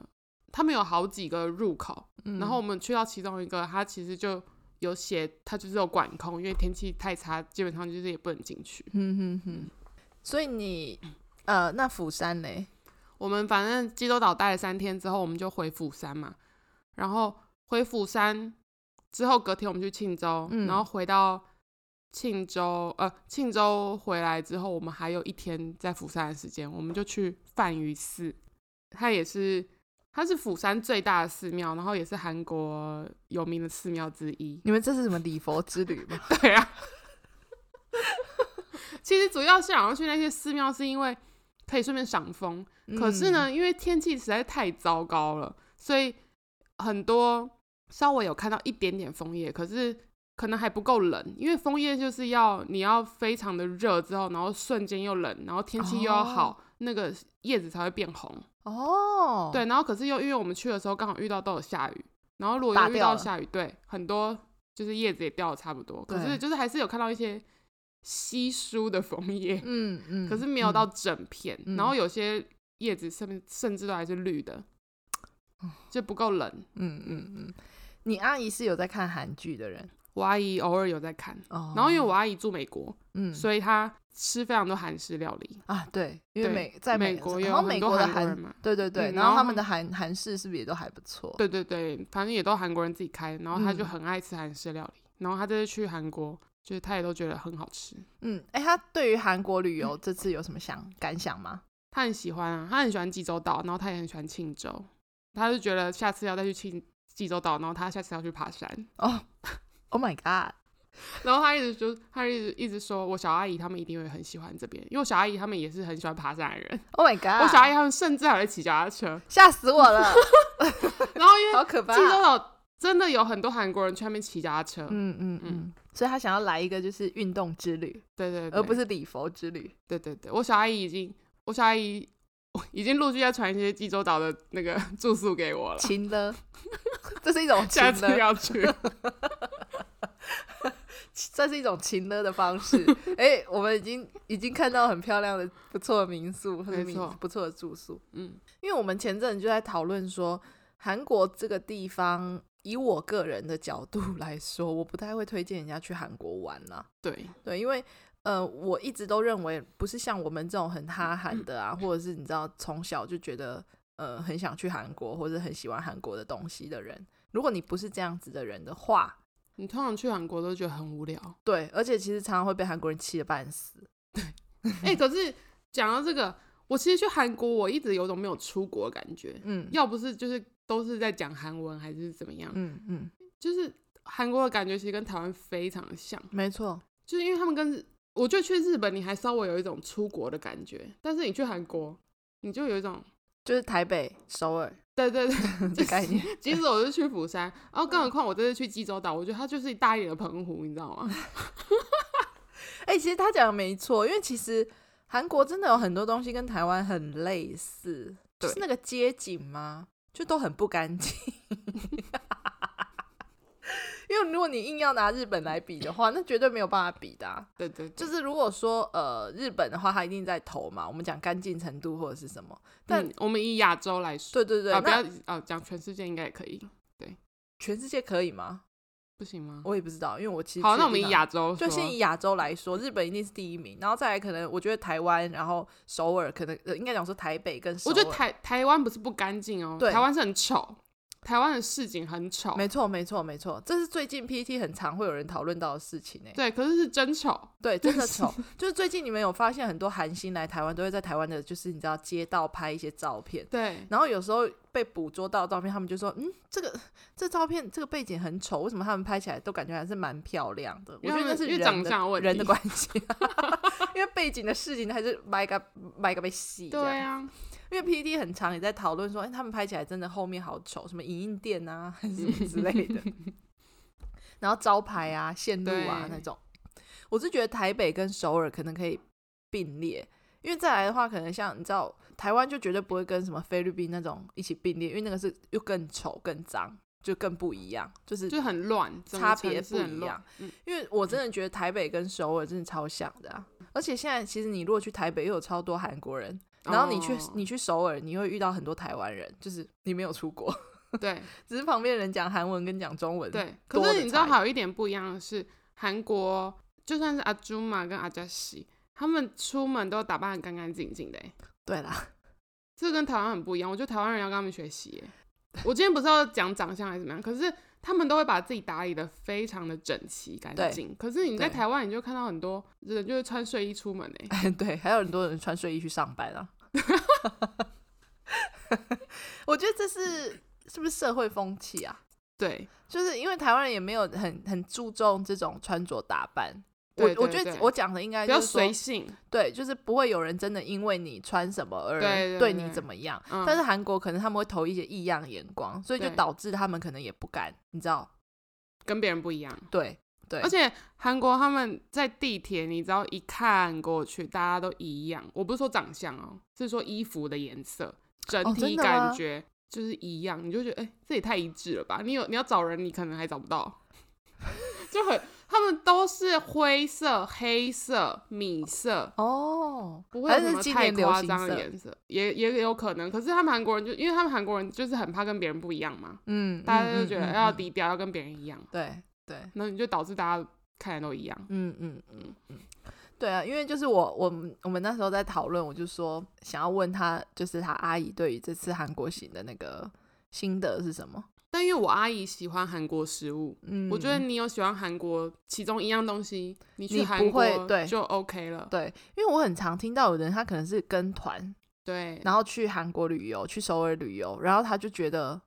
S1: 他们有好几个入口，
S2: 嗯
S1: 然后我们去到其中一个，它其实就有写它就是有管控，因为天气太差，基本上就是也不能进去。
S2: 嗯哼哼，所以你呃，那釜山嘞，
S1: 我们反正济州岛待了三天之后，我们就回釜山嘛，然后回釜山之后，隔天我们去庆州，
S2: 嗯
S1: 然后回到庆州，呃，庆州回来之后，我们还有一天在釜山的时间，我们就去梵于寺，它也是它是釜山最大的寺庙，然后也是韩国有名的寺庙之一。
S2: 你们这是什么礼佛之旅吗？
S1: 对啊， 其实主要是想要去那些寺庙，是因为可以顺便赏风，可是
S2: 嗯
S1: 呢，因为天气实在太糟糕了，所以很多稍微有看到一点点枫叶，可是可能还不够冷，因为枫叶就是要你要非常的热之后，然后瞬间又冷，然后天气又要好，
S2: 哦
S1: 那个叶子才会变红。
S2: 嗯，哦，
S1: 对，然后可是又因为我们去的时候刚好遇到都有下雨，然后如果
S2: 打
S1: 又遇
S2: 掉
S1: 到
S2: 了
S1: 下雨，对，很多就是叶子也掉的差不多，可
S2: 对
S1: 是就是还是有看到一些稀疏的枫叶。
S2: 嗯嗯，
S1: 可是没有
S2: 嗯
S1: 到整片，
S2: 嗯
S1: 然后有些叶子甚甚至都还是绿的
S2: 哦，
S1: 就不够冷。
S2: 嗯嗯嗯，你阿姨是有在看韩剧的人
S1: 我阿姨偶尔有在看，
S2: 哦，
S1: 然后因为我阿姨住美国，
S2: 嗯
S1: 所以她吃非常多韩式料理。
S2: 啊对，因为
S1: 对
S2: 美在
S1: 美
S2: 国，
S1: 国
S2: 然
S1: 有
S2: 后
S1: 很
S2: 美
S1: 多
S2: 国的
S1: 韩国
S2: 韩
S1: 人，嘛，
S2: 对对对，
S1: 嗯
S2: 然
S1: 然
S2: 后
S1: 后
S2: 他
S1: 他
S2: 们的韩韩式是不是也都还不错？
S1: 对对对，反正也都韩国人自己开，然后她就
S2: 嗯
S1: 很爱吃韩式料理，然后她这次去韩国，就是她也都觉得很好吃。
S2: 嗯，哎，他对于韩国旅游这次有什么想感想吗？
S1: 她很喜欢啊，她很喜欢济州岛，然后她也很喜欢庆州，她就觉得下次要再去庆济州岛，然后她下次要去爬山。
S2: 哦，Oh my god！
S1: 然后他一直就他一直一直说，我小阿姨他们一定会很喜欢这边，因为我小阿姨他们也是很喜欢爬山的人。
S2: Oh my god！
S1: 我小阿姨他们甚至还会骑脚踏车。
S2: 吓死我 了，
S1: 然后因为
S2: 好可怕！
S1: 济州岛真的有很多韩国人去那边骑脚踏车，
S2: 嗯嗯嗯，所以他想要来一个就是运动之旅，
S1: 对对对，
S2: 而不是礼佛之旅。
S1: 对对对，我小阿姨已经我小阿姨我已经陆续在传一些济州岛的那个住宿给我了，
S2: 亲了， 这是一种 亲
S1: 下次
S2: 了，
S1: 要 去。
S2: 这是一种亲了的方式。哎、我们已经已经看到很漂亮的、不错的民宿或者
S1: 没
S2: 民
S1: 错
S2: 不错的住宿，
S1: 嗯
S2: 因为我们前阵子就在讨论说，韩国这个地方，以我个人的角度 来说，我不太会推荐人家去韩国玩啦、
S1: 对，
S2: 对，因为呃，我一直都认为不是像我们这种很哈韩的啊，或者是你知道从小就觉得呃很想去韩国或者很喜欢韩国的东西的人，如果你不是这样子的人的话，
S1: 你通常去韩国都觉得很无聊，
S2: 对，而且其实常常会被韩国人气得半死。
S1: 哎、可是讲到这个，我其实去韩国我一直有种没有出国的感觉，
S2: 嗯
S1: 要不是就是都是在讲韩文还是怎么样，
S2: 嗯嗯，
S1: 就是韩国的感觉其实跟台湾非常像，
S2: 没错，
S1: 就是因为他们跟我觉得去日本你还稍微有一种出国的感觉，但是你去韩国你就有一种
S2: 就是台北、首尔
S1: 对对对，
S2: 的概念。嗯
S1: 即使我是去釜山，然后更何况我这次去济州岛，我觉得它就是大一点的澎湖，你知道吗？
S2: 哎、其实他讲的没错，因为其实韩国真的有很多东西跟台湾很类似，就是
S1: 对
S2: 那个街景嘛，就都很不干净。 因为如果你硬要拿日本来比的话，那绝对没有办法比的啊、
S1: 对对，对
S2: 就是如果说呃日本的话，它一定在头嘛，我们讲干净程度或者是什么，但
S1: 嗯我们以亚洲来说，
S2: 对对对，
S1: 啊，不
S2: 那
S1: 要啊，讲全世界应该也可以，
S2: 全世界可以吗？
S1: 不行吗？
S2: 我也不知道，因为我其实
S1: 好，
S2: 去
S1: 那
S2: 的
S1: 我们
S2: 地
S1: 以
S2: 方
S1: 亚洲
S2: 就
S1: 说
S2: 先以亚洲来说，日本一定是第一名，然后再来可能我觉得台湾，然后首尔可能、呃、应该讲说台北跟首
S1: 我
S2: 尔，
S1: 觉得台台湾不是不干净哦，
S2: 对
S1: 台湾是很丑，台湾的市井很丑，
S2: 没错没错没错，这是最近 PT 很常会有人讨论到的事情诶、
S1: 对，可是是真丑，
S2: 对，真的丑，就是最近你们有发现很多韩星来台湾都会在台湾的，就是你知道街道拍一些照片。
S1: 对，
S2: 然后有时候被捕捉到的照片，他们就说：“嗯，这个这照片这个背景很丑，为什么他们拍起来都感觉还是蛮漂亮的？”我
S1: 因为
S2: 觉
S1: 他
S2: 得那
S1: 们
S2: 是
S1: 因为
S2: 人
S1: 长
S2: 的
S1: 相有问
S2: 人的
S1: 题
S2: 关系， 因为背景的事情还是买个买个被洗。
S1: 对啊，
S2: 因为 P D 很长也在讨论说，哎、他们拍起来真的后面好丑，什么影印店啊，还是什么之类 的，然后招牌啊、线路啊
S1: 对
S2: 那种，我是觉得台北跟首尔可能可以并列，因为再来的话，可能像你知道，台湾就绝对不会跟什么菲律宾那种一起并列，因为那个是又更丑、更脏，就更不一样，就是
S1: 就很乱，整个
S2: 差别
S1: 城市
S2: 不
S1: 很
S2: 一
S1: 乱嗯
S2: 样。因为我真的觉得台北跟首尔真的超像的、啊，而且现在其实你如果去台北，又有超多韩国人，然后你去、
S1: 哦
S2: 你去首尔，你会遇到很多台湾人，就是你没有出国，
S1: 对
S2: 只是旁边人讲韩文跟讲中文。
S1: 对，
S2: 多
S1: 可是
S2: 的
S1: 你知道
S2: 差异
S1: 还有一点不一样的是，韩国就算是阿朱玛跟阿加西，他们出门都打扮得干干净净的欸，
S2: 对啦，
S1: 这跟台湾很不一样。我觉得台湾人要跟他们学习耶。我今天不是要讲长相还是怎么样，可是他们都会把自己打理的非常的整齐干
S2: 对
S1: 净。可是你在
S2: 对哎
S1: 台湾，你就看到很多人就是穿睡衣出门欸诶，
S2: 对，还有很多人穿睡衣去上班啊。 我觉得这是是不是社会风气啊？
S1: 对，
S2: 就是因为台湾人也没有很很注重这种穿着打扮。我
S1: 对
S2: 我
S1: 对
S2: 觉得
S1: 对
S2: 我讲的应该
S1: 比
S2: 就
S1: 较
S2: 是说
S1: 随性。
S2: 对，就是不会有人真的因为你穿什么而
S1: 对对对
S2: 对你怎么样。
S1: 嗯
S2: 但是韩国可能他们会投一些异样眼光，所以就
S1: 对
S2: 导致他们可能也不敢，你知道？
S1: 跟别人不一样。
S2: 对对，
S1: 而且韩国他们在地铁，你只要一看过去，大家都一样。我不是说长相哦，是说衣服的颜色，整
S2: 哦真
S1: 体
S2: 的
S1: 感
S2: 吗
S1: 觉就是一样。你就觉得，哎、这也太一致了吧？你有你要找人，你可能还找不到， 就很他们都是灰色、黑色、米色。
S2: 哦，
S1: 不会
S2: 还
S1: 有什
S2: 是
S1: 么
S2: 今
S1: 太
S2: 年流
S1: 夸
S2: 行
S1: 张的
S2: 色
S1: 颜色，也也有可能。可是他们韩国人就，因为他们韩国人就是很怕跟别人不一样嘛，
S2: 嗯，
S1: 大家
S2: 嗯
S1: 就觉得
S2: 嗯
S1: 要
S2: 嗯
S1: 低调，要跟别人一样，
S2: 对对，
S1: 那你就导致大家看起来都一样。
S2: 嗯嗯嗯嗯，对啊，因为就是我我们我们那时候在讨论，我就说想要问他，就是他阿姨对于这次韩国行的那个心得是什么？
S1: 但因为我阿姨喜欢韩国食物，
S2: 嗯，
S1: 我觉得你有喜欢韩国其中一样东西，你去
S2: 你
S1: 韩
S2: 不会
S1: 国
S2: 对
S1: 就 OK 了。
S2: 对，因为我很常听到有人他可能是跟团，
S1: 对，
S2: 然后去韩国旅游，去首尔旅游，然后他就觉得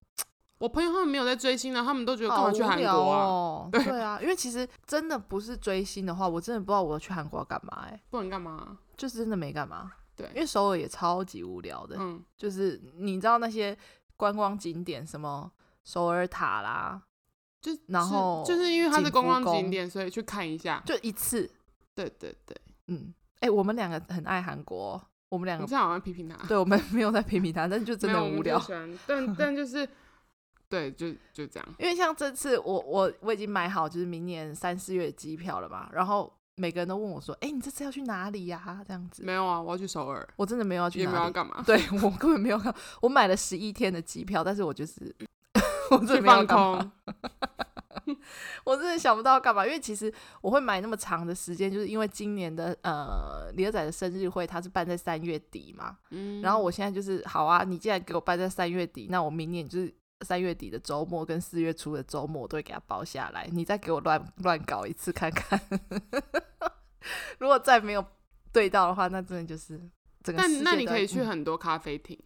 S1: 我朋友他们没有在追星的，啊他们都觉得干
S2: 好
S1: 嘛
S2: 无
S1: 去韩
S2: 聊
S1: 国啊？
S2: 哦，对啊，因为其实真的不是追星的话，我真的不知道我去韩国要干嘛、哎，
S1: 不能干嘛？
S2: 就是真的没干嘛。
S1: 对
S2: 因为首尔也超级无聊的，
S1: 嗯，
S2: 就是你知道那些观光景点，什么首尔塔啦，
S1: 就是
S2: 然后
S1: 就是因为它是观光
S2: 景福宫
S1: 景点，所以去看一下。
S2: 就一次，
S1: 对对对，
S2: 嗯，哎、我们两个很爱韩国哦，我们两
S1: 你
S2: 个
S1: 这样好像批评他，
S2: 对我们没有在批评他，但是就 真
S1: 没有
S2: 的
S1: 我
S2: 很
S1: 们
S2: 无
S1: 就
S2: 聊。
S1: 喜欢，但但就是对，就就这样。
S2: 因为像这次我我我已经买好就是明年三四月的机票了嘛，然后每个人都问我说：“哎、你这次要去哪里呀、这样子，
S1: 没有啊，我要去首尔，
S2: 我真的没有要去
S1: 也没有
S2: 哪
S1: 要
S2: 里，
S1: 干嘛，
S2: 对我根本没有看，我买了十一天的机票，但是我就是我真
S1: 去
S2: 的没有要
S1: 放
S2: 干嘛，
S1: 空。
S2: 我真的想不到要干嘛，因为其实我会买那么长的时间，就是因为今年的呃李二仔的生日会它是办在三月底嘛，
S1: 嗯，
S2: 然后我现在就是好啊，你既然给我办在三月底，那我明年就是三月底的周末跟四月初的周末我都会给它包下来，你再给我乱乱搞一次看看。 如果再没有对到的话，那真的就是整个世界
S1: 但那你
S2: 都在
S1: 可以去
S2: 嗯
S1: 很多咖啡厅。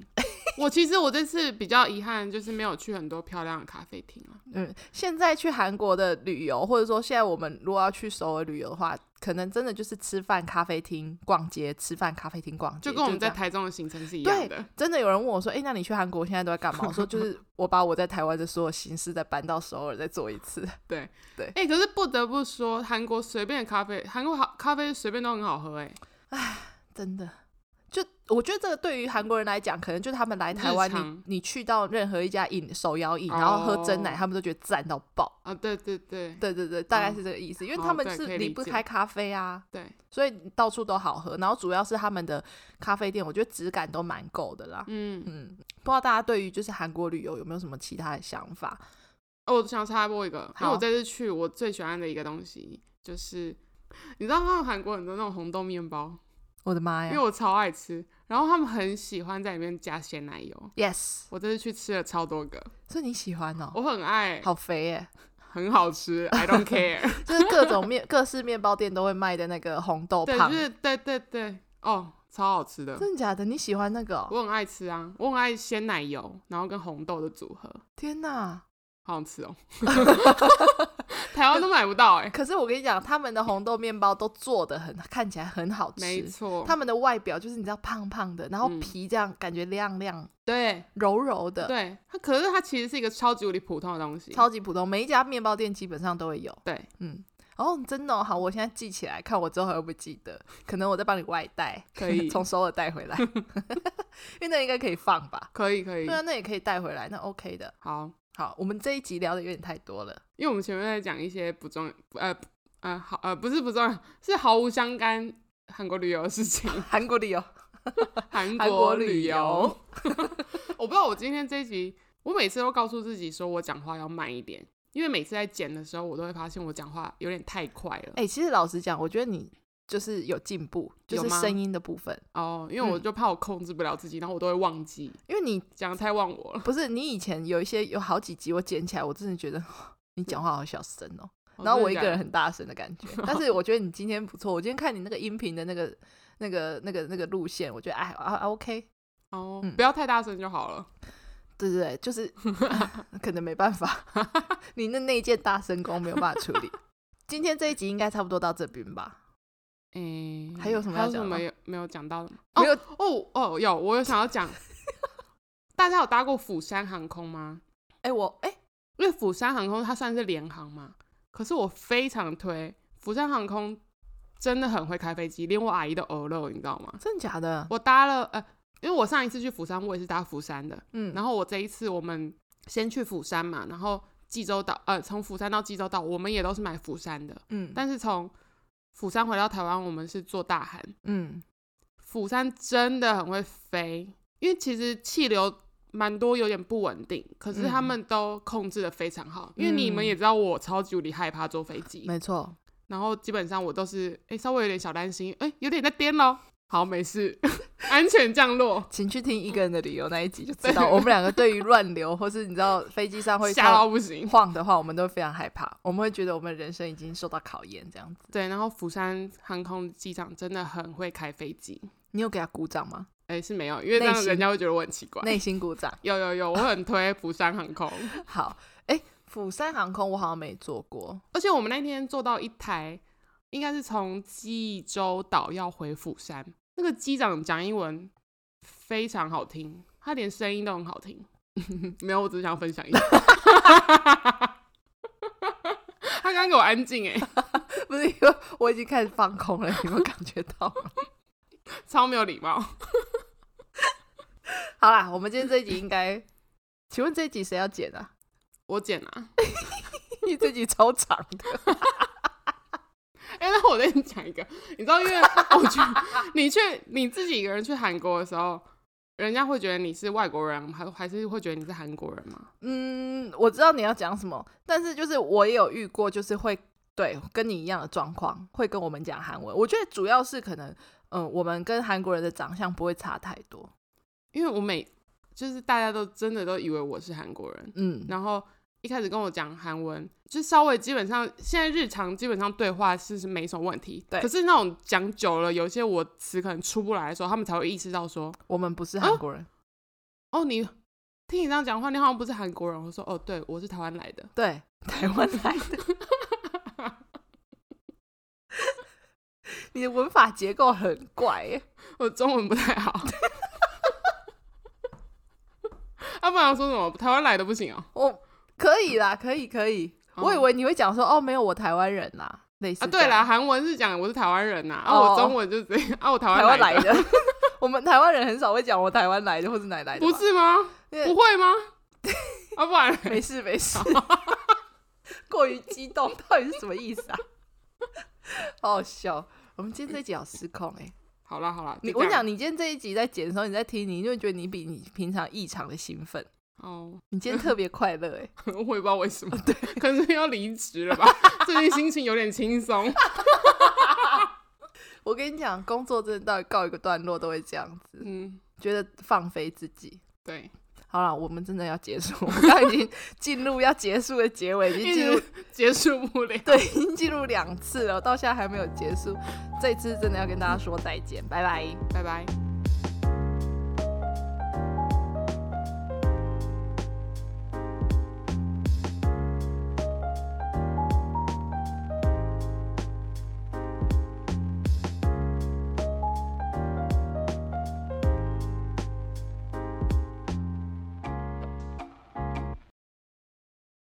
S1: 我其实我这次比较遗憾，就是没有去很多漂亮的咖啡厅啊。
S2: 嗯，现在去韩国的旅游，或者说现在我们如果要去首尔旅游的话，可能真的就是吃饭、咖啡厅、逛街，吃饭、咖啡厅、逛街，
S1: 就跟我们
S2: 是这
S1: 在
S2: 样
S1: 台中的行程是一样的。
S2: 真的有人问我说：“哎、那你去韩国现在都在干嘛？”我 说：“就是我把我在台湾的所有形式再搬到首尔再做一次。
S1: 哎、可是不得不说，韩国随便的咖啡，韩国好咖啡随便都很好喝、欸。哎，”
S2: 真的，就我觉得这个对于韩国人来讲，可能就是他们来台湾
S1: 日，常
S2: 你你去到任何一家饮手摇饮，然后喝真奶，
S1: 哦
S2: 他们都觉得赞到爆。
S1: 啊，对对对
S2: 对对对，大概是这个意思，因为
S1: 哦
S2: 他们
S1: 对可
S2: 是
S1: 以理
S2: 离不
S1: 解
S2: 开咖啡啊，
S1: 对，
S2: 所以到处都好喝。然后主要是他们的咖啡店，我觉得质感都蛮够的啦。
S1: 嗯，
S2: 嗯，不知道大家对于就是韩国旅游有没有什么其他的想法？
S1: 哦，我想插播一个，因为
S2: 好
S1: 我这次去，我最喜欢的一个东西就是，你知道他们韩国很多那种红豆面包，
S2: 我的妈
S1: 因
S2: 哎呀
S1: 为我超爱吃，然后他们很喜欢在里面加鲜奶油。
S2: ！Yes，
S1: 我这次去吃了超多个，
S2: 所以你喜欢哦，
S1: 我很爱，
S2: 好肥耶！
S1: 很好 吃，I don't care。
S2: 就是各 种面各式面包店都会卖的那个红豆
S1: 对，
S2: 胖，
S1: 就是对对对，哦，超好吃的，
S2: 真的假的？你喜欢那个、哦？
S1: 我很爱吃啊，我很爱鲜奶油，然后跟红豆的组合，
S2: 天哪！
S1: 好想 吃哦， 台湾都买不到哎、
S2: 可是我跟你讲，他们的红豆面包都做的很看起来很好
S1: 没
S2: 吃，
S1: 错，
S2: 他们的外表就是你知道胖胖的，然后
S1: 嗯
S2: 皮这样感觉亮亮
S1: 对
S2: 柔柔的，
S1: 对，它可是它其实是一个超级无敌普通的东西，
S2: 超级普通，每一家面包店基本上都会有。
S1: 对，
S2: 嗯，哦，真的哦、好，我现在记起来，看我之后还会不会记得，可能我再帮你外带，
S1: 可以
S2: 从首尔带回来，因为那应该可以放吧？
S1: 可以可以
S2: 对，啊，那也可以带回来，那 OK 的。
S1: 好，
S2: 好，我们这一集聊的有点太多了，
S1: 因为我们前面在讲一些不重呃呃好呃不是不重要，是毫无相干韩国旅游的事情，
S2: 韩国旅游，
S1: 韩
S2: 韩国
S1: 国
S2: 旅
S1: 旅
S2: 游
S1: 游。 我不知道我今天这一集，我每次都告诉自己说我讲话要慢一点，因为每次在剪的时候，我都会发现我讲话有点太快了。
S2: 哎、其实老实讲，我觉得你就是有进步，就
S1: 有
S2: 是
S1: 吗
S2: 声音的部分，
S1: 哦，因为我就怕我控制不了自己，然后我都会忘记，
S2: 因为你
S1: 讲得太忘我了。
S2: 不是你以前有一些有好几集我剪起来，我真的觉得 你讲话好小声哦。然后我一个人很大声的感 觉。但是我觉得你今天不错，我今天看你那个音频的那个、那个、那个、那个路线，我觉得哎啊啊 OK，
S1: 哦
S2: 嗯，
S1: 不要太大声就好了。
S2: 对对对，就是 可能没办法， 你那那一件大声功没有办法处理。今天这一集应该差不多到这边吧？
S1: 诶，
S2: 还有什么要
S1: 还有
S2: 讲
S1: 什
S2: 的吗
S1: 么有没有讲到的吗？哦
S2: 没有，
S1: 哦哦，有，我有想要 讲，大家有搭过釜山航空吗？
S2: 哎我哎
S1: 因为釜山航空它算是联航嘛，可是我非常推釜山航空，真的很会开飞机，连我阿姨都偶漏，你知道吗？
S2: 真的假的？
S1: 我搭了呃，因为我上一次去釜山，我也是搭釜山的，
S2: 嗯，
S1: 然
S2: 后
S1: 后我这一次我们先去釜山嘛，然后济州岛呃，从釜山到济州岛，我们也都是买釜山的，
S2: 嗯
S1: 但是从釜山回到台湾，我们是坐大韩。
S2: 嗯
S1: 釜山真的很会飞，因为其实气流蛮多，有点不稳定，可是他
S2: 嗯
S1: 们都控制的非常好。因为
S2: 嗯
S1: 你们也知道，我超级无敌害怕坐飞机，
S2: 没错，
S1: 然后基本上我都是哎、诶稍微有点小担心，哎、有点在颠咯。好，没事， 安全降落，
S2: 请去听一个人的理由那一集就知道，我们两个对于乱流或是你知道飞机上会
S1: 吓
S2: 晃
S1: 到不行。
S2: 晃的话，我们都会非常害怕，我们会觉得我们人生已经受到考验这样子。
S1: 对，然后釜山航空机场真的很会开飞机，
S2: 你有给他鼓掌吗？
S1: 哎、是没有，因为这
S2: 内
S1: 样
S2: 心
S1: 人家会觉得我很奇怪。
S2: 内心鼓掌。
S1: 有有有，我很推釜山航空，
S2: 好，哎、釜山航空我好像没坐过，
S1: 而且我们那天坐到一台，应该是从济州岛要回釜山，那个机长讲英文非常好听，他连声音都很好听。 没有，我只是想分享一下。 他刚刚给我安静哎，
S2: 不是因为我已经开始放空了，你有没有感觉到 吗？
S1: 超没有礼貌。
S2: 好啦，我们今天这一集应该，请问这一集谁要剪啊？
S1: 我剪啊，
S2: 因为这集超长的，
S1: 哎、那我再讲一个，你知道，因为哦我去你去你自己一个人去韩国的时候，人家会觉得你是外国人，还还是会觉得你是韩国人吗？
S2: 嗯，我知道你要讲什么，但是就是我也有遇过，就是会对跟你一样的状况，会跟我们讲韩文。我觉得主要是可能，嗯，我们跟韩国人的长相不会差太多，
S1: 因为我每就是大家都真的都以为我是韩国人，
S2: 嗯，
S1: 然后一开始跟我讲韩文，就稍微基本上现在日常基本上对话是是没什么问题，
S2: 对
S1: 可是那种讲久了，有些我词可能出不来的时候，他们才会意识到说，
S2: 我们不是韩国人，
S1: 哦，你听你这样讲话，你好像不是韩国人。我说，哦，对，我是台湾来的。
S2: 对，台湾来的。 你的文法结构很怪耶，
S1: 我中文不太好。 要、啊不然说什么台湾来的不行哦？
S2: 我可以啦，可以可以。
S1: 哦
S2: 我以为你会讲说哦，没有，我台湾人啦，类似
S1: 啊，
S2: 这
S1: 对
S2: 样
S1: 啦，韩文是讲我是台湾人呐、啊，
S2: 哦
S1: 我中文就这样，啊，我台
S2: 台
S1: 湾
S2: 湾
S1: 来
S2: 来
S1: 的，
S2: 的。 我们台湾人很少会讲我台湾来的或是哪里来的吧，
S1: 不是吗？
S2: 因为
S1: 不会吗？ 啊，不然嘞
S2: 没事没事， 过于激动到底是什么意思啊？ 好好笑。我们今天这一集好失控哎、
S1: 好啦好啦，
S2: 你
S1: 就
S2: 我
S1: 这样
S2: 讲，你今天这一集在剪的时候，你在听，你就会觉得你比你平常异常的兴奋，
S1: 哦，
S2: 你今天特别快乐哎、
S1: 我也不知道为什
S2: 哦
S1: 么，对， 可能是要离职 了吧？最近心情有点轻松，
S2: 我跟你讲，工作真的到告一个段落都会这样子，
S1: 嗯，
S2: 觉得放飞自己。
S1: 对，
S2: 好了，我们真的要结束，我们刚刚 已经进入要结束的结尾，已经
S1: 一
S2: 进入
S1: 直结束不了，
S2: 对，已经进入两次了，到现在还没有结束，这一次真的要跟大家说再见，拜拜。
S1: 拜拜。